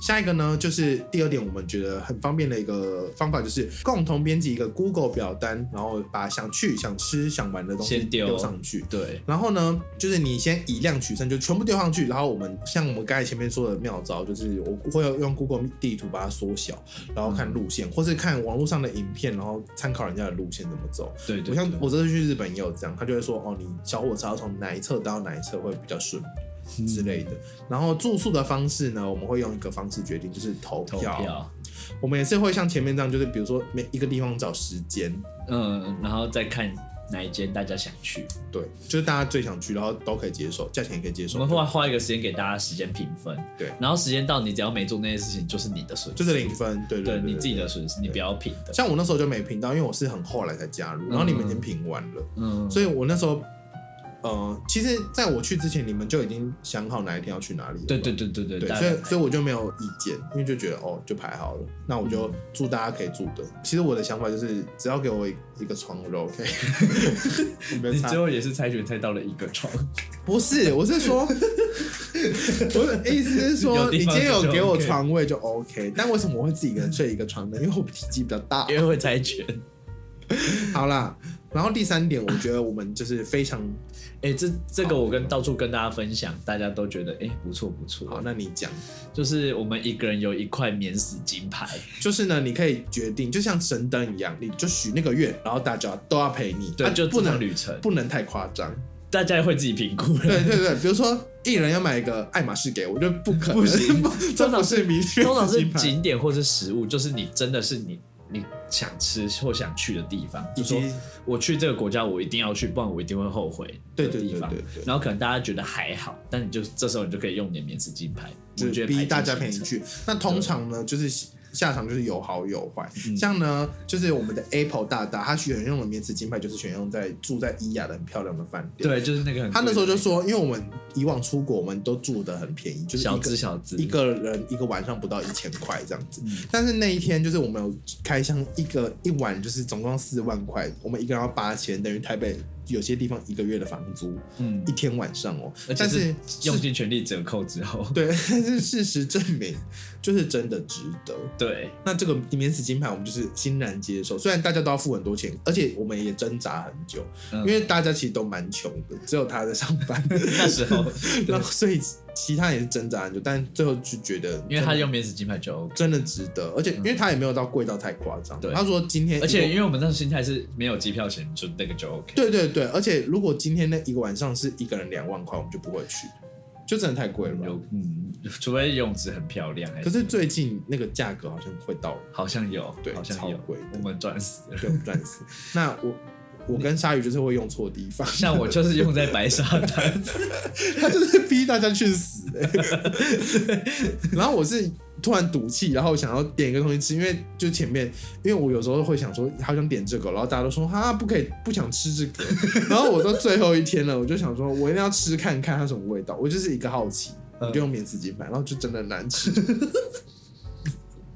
下一个呢，就是第二点，我们觉得很方便的一个方法，就是共同编辑一个 Google 表单，然后把想去、想吃、想玩的东西先丢丢上去。对，然后呢，就是你先以量取胜，就全部丢上去。然后我们像我们刚才前面说的妙招，就是我会用 Google 地图把它缩小，然后看路嗯线，或是看网络上的影片，然后参考人家的路线怎么走。对对我像对我这次去日本也有这样，他就会说哦，你小火车要从哪一侧到哪一侧会比较顺之类的。嗯然后住宿的方式呢，我们会用一个方式决定，就是投投票。票，我们也是会像前面这样，就是比如说每一个地方找时间，嗯，然后再看哪一间大家想去，对，就是大家最想去，然后都可以接受，价钱也可以接我受。们会花一个时间给大家时间评分，对然后时间到，你只要没做那些事情，就是你的损就失，是零分，对对对你自己的损失，你不要评的，像我那时候就没评到，因为我是很后来才加入，然后你们已经评完了，嗯，所以我那时候，呃，其实在我去之前，你们就已经想好哪一天要去哪里了。对对对对对对，大所概以所以我就没有意见，因为就觉得哦，就排好了，那我嗯就住大家可以住的。其实我的想法就是，只要给我一个床我就 OK，我没有你差最。后也是猜拳猜到了一个床，不是，我是 <laughs> 说，我的意思是说，有你地今方天有住就给我 OK 床位就 OK，但为什么我会自己一个人睡一个床呢？因为我体积比较大。 <laughs> 因为会猜拳。好啦，然后第三点，我觉得我们就是非常哎、这这个我跟到处跟大家分享，大家都觉得哎、不错不好。错，那你讲，就是我们一个人有一块免死金牌，就是呢，你可以决定，就像神灯一样，你就许那个愿，然后大家都要陪你，对，啊就不这趟能旅程，不能太夸张。大家会自己评估对的。对对，比如说一人要买一个爱马仕给我，就不可能，不行 <laughs> 这通 <laughs> 不常是明确通常自是己买景点或是食物，就是你真的是你你想吃或想去的地方，以就说及我去这个国家我一定要去，不然我一定会后悔的对对对地方对对。然后可能大家觉得还好，但你就这时候你就可以用你的免死金牌，就我觉是得逼排大进家陪你行程。去。那通常呢，就是下场就是有好有坏。嗯像呢，就是我们的 Apple 大大，他选用的免死金牌就是选用在住在伊雅的很漂亮的饭店。对，就是那个很他那贵时候的就说，因为我们以往出国，我们都住的很便宜，就是一小个资小资一个人一个晚上不到一千块这样子。嗯但是那一天就是我们有开箱一个一晚，就是总共四万块，我们一个人要八千，等于台北有些地方一个月的房租，嗯一，天晚上哦、而且但是用尽全力折扣之后，对， <laughs> 但是事实证明，就是真的值得。对那这个免死金牌，我们就是欣然接受。虽然大家都要付很多钱，而且我们也挣扎很久，嗯因为大家其实都蛮穷的，只有他在上班。 <laughs> 那时候然后所以其他也是挣扎很久，但最后就觉得，因为他用免死金牌就 OK。真的值得，而且因为他也没有到贵到太夸张。对他说今天一个，而且因为我们那时候心态是没有机票钱，就那个就 OK。对对对，而且如果今天那一个晚上是一个人两万块，我们就不会去，就真的太贵了吧。有嗯，除非游泳池很漂亮，还可是最近那个价格好像会到了，好像有，对好像超有贵的，我们赚死了。 <laughs> 对，我们暂时。那我我跟鲨鱼就是会用错地方， <laughs> <laughs> 像我就是用在白沙滩，他就是逼大家去死、欸 <laughs> 然后我是突然赌气，然后想要点一个东西吃，因为就前面，因为我有时候会想说好想点这个，然后大家都说哈不可以，不想吃这 <laughs> 个。然后我到最后一天了，我就想说我一定要吃看看它什么味道，我就是一个好奇，嗯我就用免死金牌，然后就真的难 <laughs> 吃。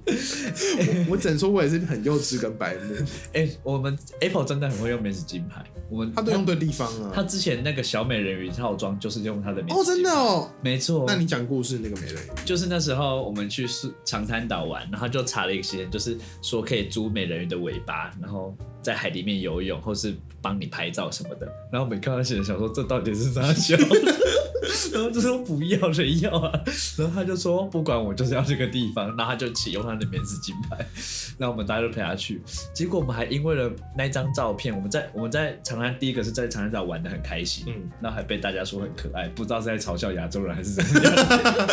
我我只能说，我也是很幼稚跟白目，哎、我们 Apple 真的很会用免死金牌，我们他都用对地方啊。 <laughs> 他之前那个小美人鱼套装就是用他的名字哦，真的，哦。没错。那你讲故事那个美人鱼，就是那时候我们去苏长滩岛玩，然后就查了一个时间，就是说可以租美人鱼的尾巴，然后在海里面游泳，或是帮你拍照什么的。然后我们看到写的想说这到底是啥笑，然后就说不要谁要啊，然后他就说不管我就是要这个地方，然后他就启用他的免死金牌，然后我们大家就陪他去，结果我们还因为了那张照片，我们在我们在长滩第一个是在长滩岛玩的很开心，嗯然后还被大家说很可爱，不知道是在嘲笑亚洲人还是怎么样， <laughs>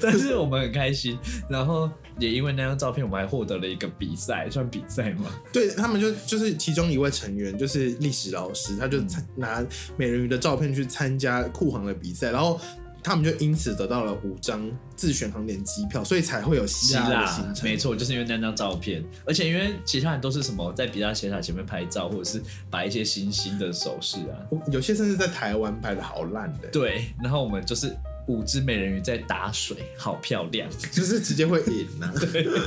但是我们很开心。然后也因为那张照片，我们还获得了一个比赛，算比赛吗？对他们就就是其中一位成员就是历史老师，他就参嗯拿美人鱼的照片去参加酷航的比赛，然后他们就因此得到了五张自选航点机票，所以才会有希希腊的腊行，程。没错，就是因为那张照片，而且因为其他人都是什么在比大斜塔前面拍照，或者是摆一些星星的手势啊，我有些甚至在台湾拍的好烂的，对，然后我们就是五只美人鱼在打水，好漂亮。 <laughs> 就是直接会赢啊。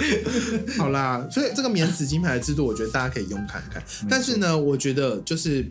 <laughs> 好啦，所以这个免死金牌的制度，我觉得大家可以用看看。但是呢，我觉得就是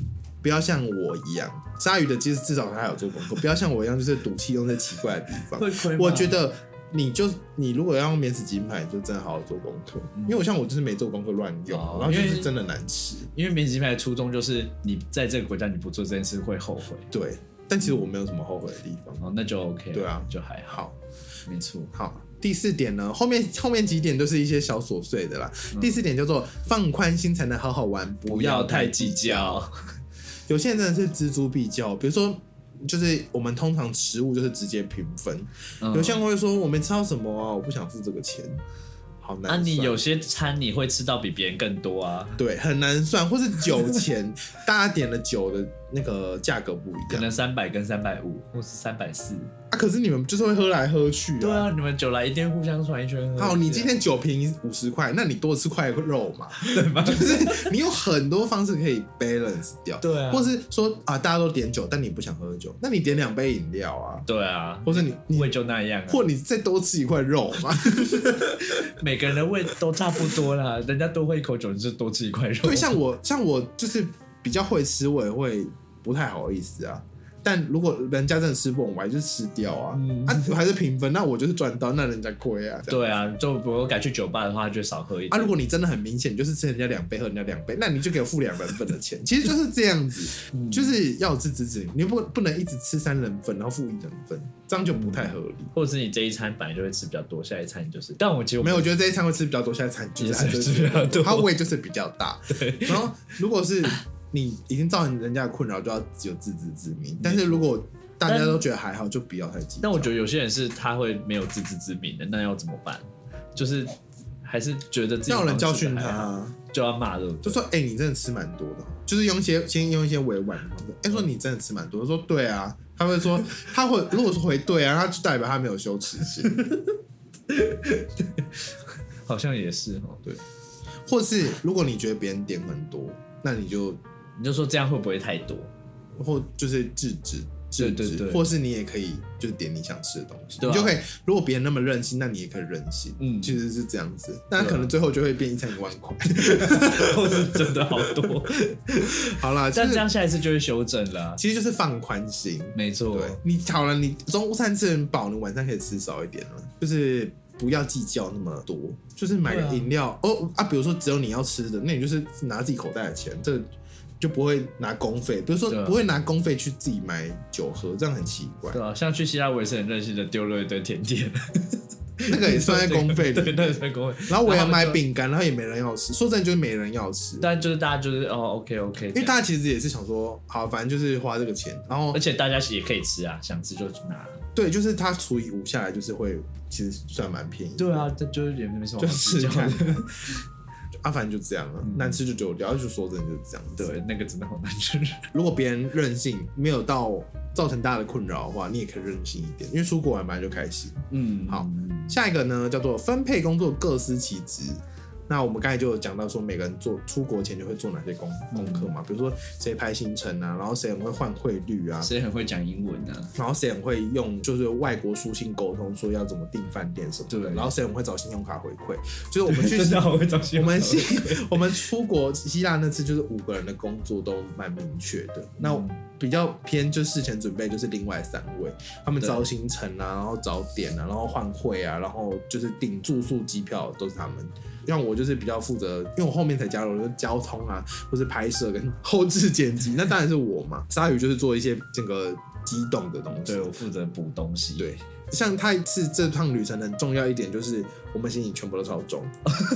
不要像我一样，鲨鱼的其实至少他还有做功课，不要像我一样就是赌气用在奇怪的地方。会亏吗我觉得你就你如果要用免死金牌，你就真的好好做功课，因为我像我就是没做功课乱用，嗯哦然后就因是为真的难吃。因为免洗金牌的初衷就是你在这个国家你不做这件事会后悔，对，但其实我没有什么后悔的地方。哦，那就 OK，了对啊就还好，好没错，好，第四点呢，后面后面几点都是一些小琐碎的啦。嗯第四点叫做放宽心才能好好玩，不不要要太太计较，有些人真的是锱铢必较，比如说。就是我们通常食物就是直接平分，嗯有些人会说我没吃到什么啊，我不想付这个钱，好难啊，算。你有些餐你会吃到比别人更多啊，对，很难算，或是酒 <laughs> 钱，大家点的酒的那个价格不一可样能三百跟三百五，或是三百四。啊。可是你们就是会喝来喝去对啊。啊，你们酒来一定互相传一圈。啊好，你今天天酒瓶五十块，那你多吃块肉嘛，对吧？就是你有很多方式可以 balance 掉，对啊或是说啊，大家都点酒，但你不想喝酒，那你点两杯饮料啊，对啊，或是你你胃就那样啊，或你再多吃一块肉嘛，每个人的胃都差不多啦，人家多喝一口酒，你就多吃一块肉。对，像我像我就是比较会吃，我也会不太好意思啊。但如果人家真的吃不完，我还是吃掉啊，嗯啊还是平分，那我就是赚到，那人家亏啊。这样对啊，就如果改去酒吧的话，就少喝一啊，点。如果你真的很明显就是吃人家两杯喝人家两杯，那你就给我付两人份的钱，其实就是这样子，就是要有自知之明，你不不能一直吃三人份，然后付一人份，这样就不太合理。或者是你这一餐本来就会吃比较多，下一餐就是，但我其实没有，我觉得这一餐会吃比较多，下一餐就是也是还是吃比较多它胃就是比较 <laughs> 大。然后如果是你已经造成人家的困扰，就要有自知之明。但是如果大家都觉得还好，就不要太急。但我觉得，得有些人是他会没有自知之明的，那要怎么办？就是还是觉得自己要有人教方式训还他好，啊，就要骂的，就说：“哎、你真的吃蛮多的哦。”就是用一些先用一些委婉的方式，哎、说你真的吃蛮多。我说对啊，他会说他会如果是回对啊，他就代表他没有羞耻 <laughs> 心。好像也是哦。或是如果你觉得别人点很多，那你就你就说这样会不会太多？ <laughs> 或就是制止。制对对止，对或是你也可以就是点你想吃的东西，对啊你就可以。如果别人那么任性，那你也可以任性，嗯其实是这样子。那对啊可能最后就会变一餐一万块。或是真的好多？ <laughs> 好啦，就但是这样下一次就会修正了。啊其实就是放宽心。没错对，你好了，你中午餐吃很饱，你晚上可以吃少一点了，就是不要计较那么多，就是买个对啊饮料、哦啊，比如说只有你要吃的，那你就是拿自己口袋的钱，这就不会拿公费，比如对说啊不会拿公费去自己买酒喝，这样很奇怪。对啊，像去希腊我也是很任性的丢了一堆甜点，那个也 <laughs> 算在公费对，里。那也算公费。然后我也然后买就饼干，然后也没人要吃。说真的，就是没人要吃，但就是大家就是哦，OK OK，因为大家其实也是想说，好，反正就是花这个钱。然后而且大家也可以吃啊，想吃就拿。对，就是它除以五下来，就是会其实算蛮便宜。对啊，，这就是也没什 <laughs> 么就好计是较这样的。。 <laughs> 啊，反正就这样了，嗯难吃就丢掉，就说真的就是这样。，对，那个真的好难吃。如果别人任性，没有到造成大家的困扰的话，你也可以任性一点，因为出国玩本来就开心。嗯， <laughs> 好，下一个呢叫做分配工作各司其职。那我们刚才就有讲到说，每个人做出国前就会做哪些功嗯功课嘛，比如说谁排行程啊，然后谁很会换汇率啊，谁很会讲英文啊？然后谁很会用就是外国书信沟通，说要怎么订饭店什么的，对然后谁很会找信用卡回馈，就是我们去 <laughs> 真的哦好会找新我闻。们希我们出国希腊那次就是五个人的工作都蛮明确的，那嗯比较偏就事前准备就是另外三位，他们对找行程啊，然后找点啊，然后换汇啊，然后就是订住宿、机票都是他们。像我就是比较负责，因为我后面才加入，就是交通啊，或是拍摄跟 <laughs> 后置剪辑，那当然是我嘛。鲨鱼就是做一些这个激动的东西，对我负责补东西。对，像他是这趟旅程很重要一点，就是我们行李全部都超 <laughs> 重，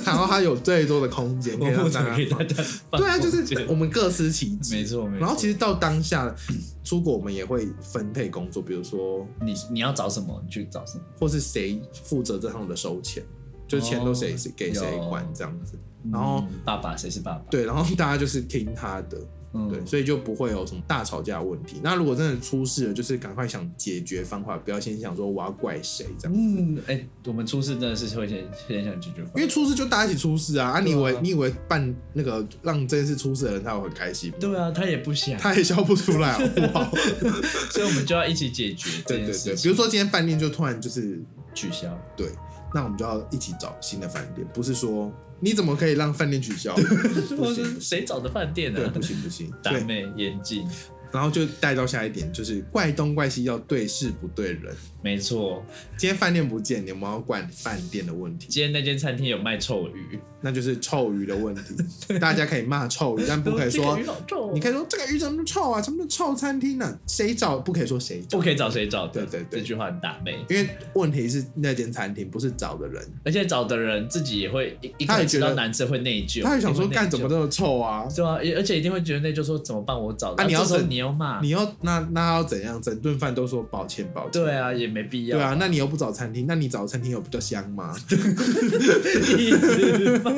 然后他有最多的空间可我以负让责大给家大放。家放空间。对啊，就是我们各司其职。没错没错。然后其实到当下出国，我们也会分配工作，比如说你你要找什么，你去找什么。或是谁负责这趟的收钱，就钱都谁是给谁有管这样子。然后嗯爸爸谁是爸爸？对，然后大家就是听他的，嗯对，所以就不会有什么大吵架的问题。那如果真的出事了，就是赶快想解决方法，不要先想说我要怪谁这样。嗯，哎、我们出事真的是会先先想解决方案，因为出事就大家一起出事啊！啊，你以为、对啊你以为办那个让这件事出事的人他会很开心吗？对啊，他也不想，他也笑不出来，好不 <laughs> 好？所以我们就要一起解决这对件对对，事情。比如说今天饭店就突然就是取消，对，那我们就要一起找新的饭店，不是说你怎么可以让饭店取消？或不是行，谁找的饭店对，啊？不行不 <laughs> 行，达对，妹眼镜，然后就带到下一点，就是怪东怪西要对事不对人。没错，今天饭店不见，你们要管饭店的问题，今天那间餐厅有卖臭鱼，那就是臭鱼的问 <laughs> 题。大家可以骂臭鱼，但不可以说这个鱼好臭哦，你可以说这个鱼怎么那么臭啊？什么叫臭餐厅呢、谁找不可以说谁找不，可以找谁找对的？对对这句话很打妹，因为问题是那间餐厅不是找的人，而且找的人自己也会一一他开也始觉知得道男生会内疚，他就想说一定会内疚干怎么这么臭啊？对啊，也而且一定会觉得内疚，说怎么办？我找的，啊你要这时候整你要骂你，要那那要怎样？整顿饭都说抱歉抱歉。对啊，也没必要，对啊，那你又不找餐厅，那你找餐厅有比较香吗？ <laughs> 一啊直骂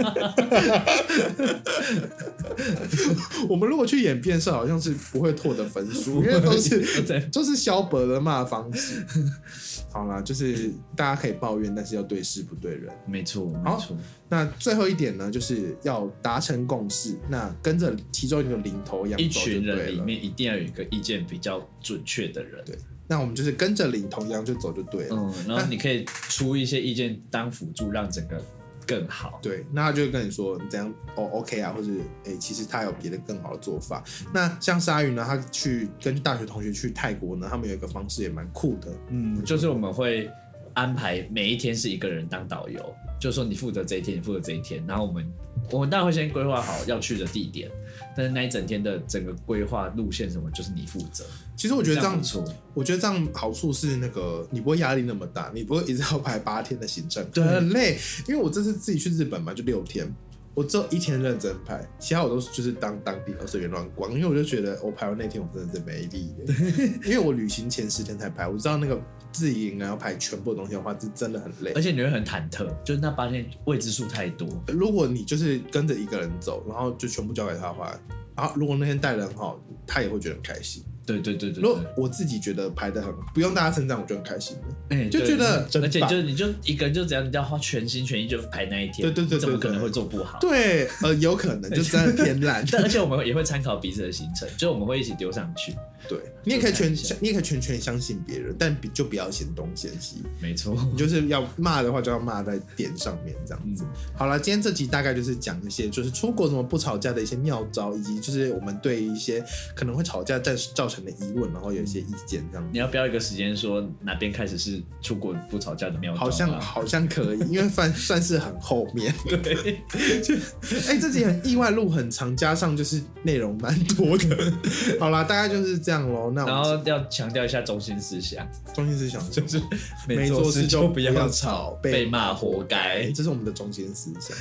我们如果去演变色，好像是不会获得分数，因为都是对就是萧伯的骂方式。 <laughs> 好啦，就是大家可以抱怨，但是要对事不对人。 <laughs> 没错，好没错，那最后一点呢，就是要达成共识，那跟着其中一个领头羊一走就群人对里了。面一定要有一个意见比较准确的人。对那我们就是跟着领头羊就走就对了。嗯，然后你可以出一些意见当辅助，让整个更好。对，那他就会跟你说你怎样哦，OK 啊，或者诶、其实他有别的更好的做法。那像鲨鱼呢，他去跟大学同学去泰国呢，他们有一个方式也蛮酷的，嗯，就是我们会安排每一天是一个人当导游，就说你负责这一天，你负责这一天，然后我们我们当然会先规划好要去的地点，但是那一整天的整个规划路线什么，就是你负责。其实我觉得这样不，错，我觉得这样好处是那个你不会压力那么大，你不会一直要排八天的行程，对很累。因为我这次自己去日本嘛，就六天，我只有一天认真排，其他我都是就是当当地然后随便乱逛。因为我就觉得我排完那天我真的是没 <laughs> 力耶，因为我旅行前十天才排，我知道那个自己应该要排全部的东西的话，是真的很累而。且你会很忐忑，就是那八天未知数太多。如果你就是跟着一个人走，然后就全部交给他的话，然后如果那天带的很好，他也会觉得很开心。对对对对如果对，我自己觉得排的很，不用大家称赞，我就很开心的。哎就对觉得真而且棒就你就一个人就只要你要花全心全意就排那一天，对对对对怎么可能对会做不好？对，呃，有可能就真的偏 <laughs> 烂。但而且我们也会参考彼此的行程，就我们会一起丢上去。对，你也可以全就看一下，你也可以全权相信别人，但比就不要嫌东嫌西。没错，你就是要骂的话，就要骂在点上面这样子。好了，今天这集大概就是讲一些就是出国怎么不吵架的一些妙招，以及就是我们对于一些可能会吵架但是造成的疑问，然后有一些意见这样。你要标一个时间，说哪边开始是出国不吵架的妙招吗好像好像可以，因为算算是很后面。 <laughs> 对，哎、这集很意外，路很长，加上就是内容蛮多的。 <laughs> 好啦，大概就是这样喽。那然我后们要强调一下中心思想，中心思想就就是没做做事就就不要要吵，被骂活该。哎这是我们的中心思想。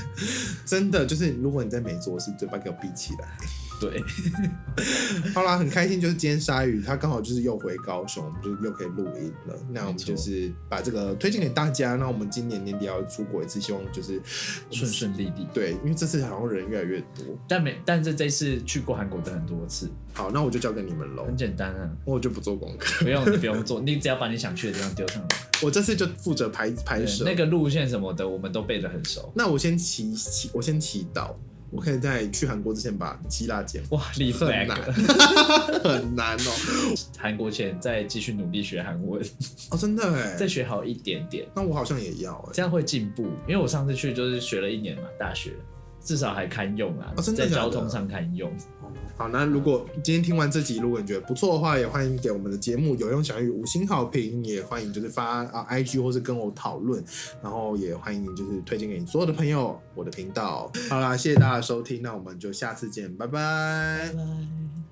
真的就是，如果你在没做事，嘴巴给我闭起来。 <laughs> 对，好啦，很开心，就是今天鲨鱼他刚好就是又回高雄，我们就又可以录音了。那我们没错就是把这个推荐给大家。那我们今年年底要出国一次，希望就是顺顺利利。对，因为这次好像人越来越多。但没，但是这次去过韩国的很多次，好，那我就交给你们喽很，简单啊，我就不做功课，不用你不用做，你只要把你想去的地方丢上来。我这次就负责拍拍对摄。那个路线什么的，我们都背得很熟。那我先祈祈，我先祈祷，我可以在去韩国之前把希腊剪完。哇，立很 flag！难， <laughs> 很难哦。韩国前再继续努力学韩文，哦，真的哎再。学好一点点，那我好像也要哎。这样会进步。因为我上次去就是学了一年嘛，大学至少还堪用啊，哦真的在假的交通上堪用。好，那如果今天听完这集，如果你觉得不错的话，也欢迎给我们的节目有用小语五星好评，也欢迎就是发啊 IG 或是跟我讨论，然后也欢迎就是推荐给你所有的朋友我的频道。好啦，谢谢大家的收听，那我们就下次见，拜拜拜拜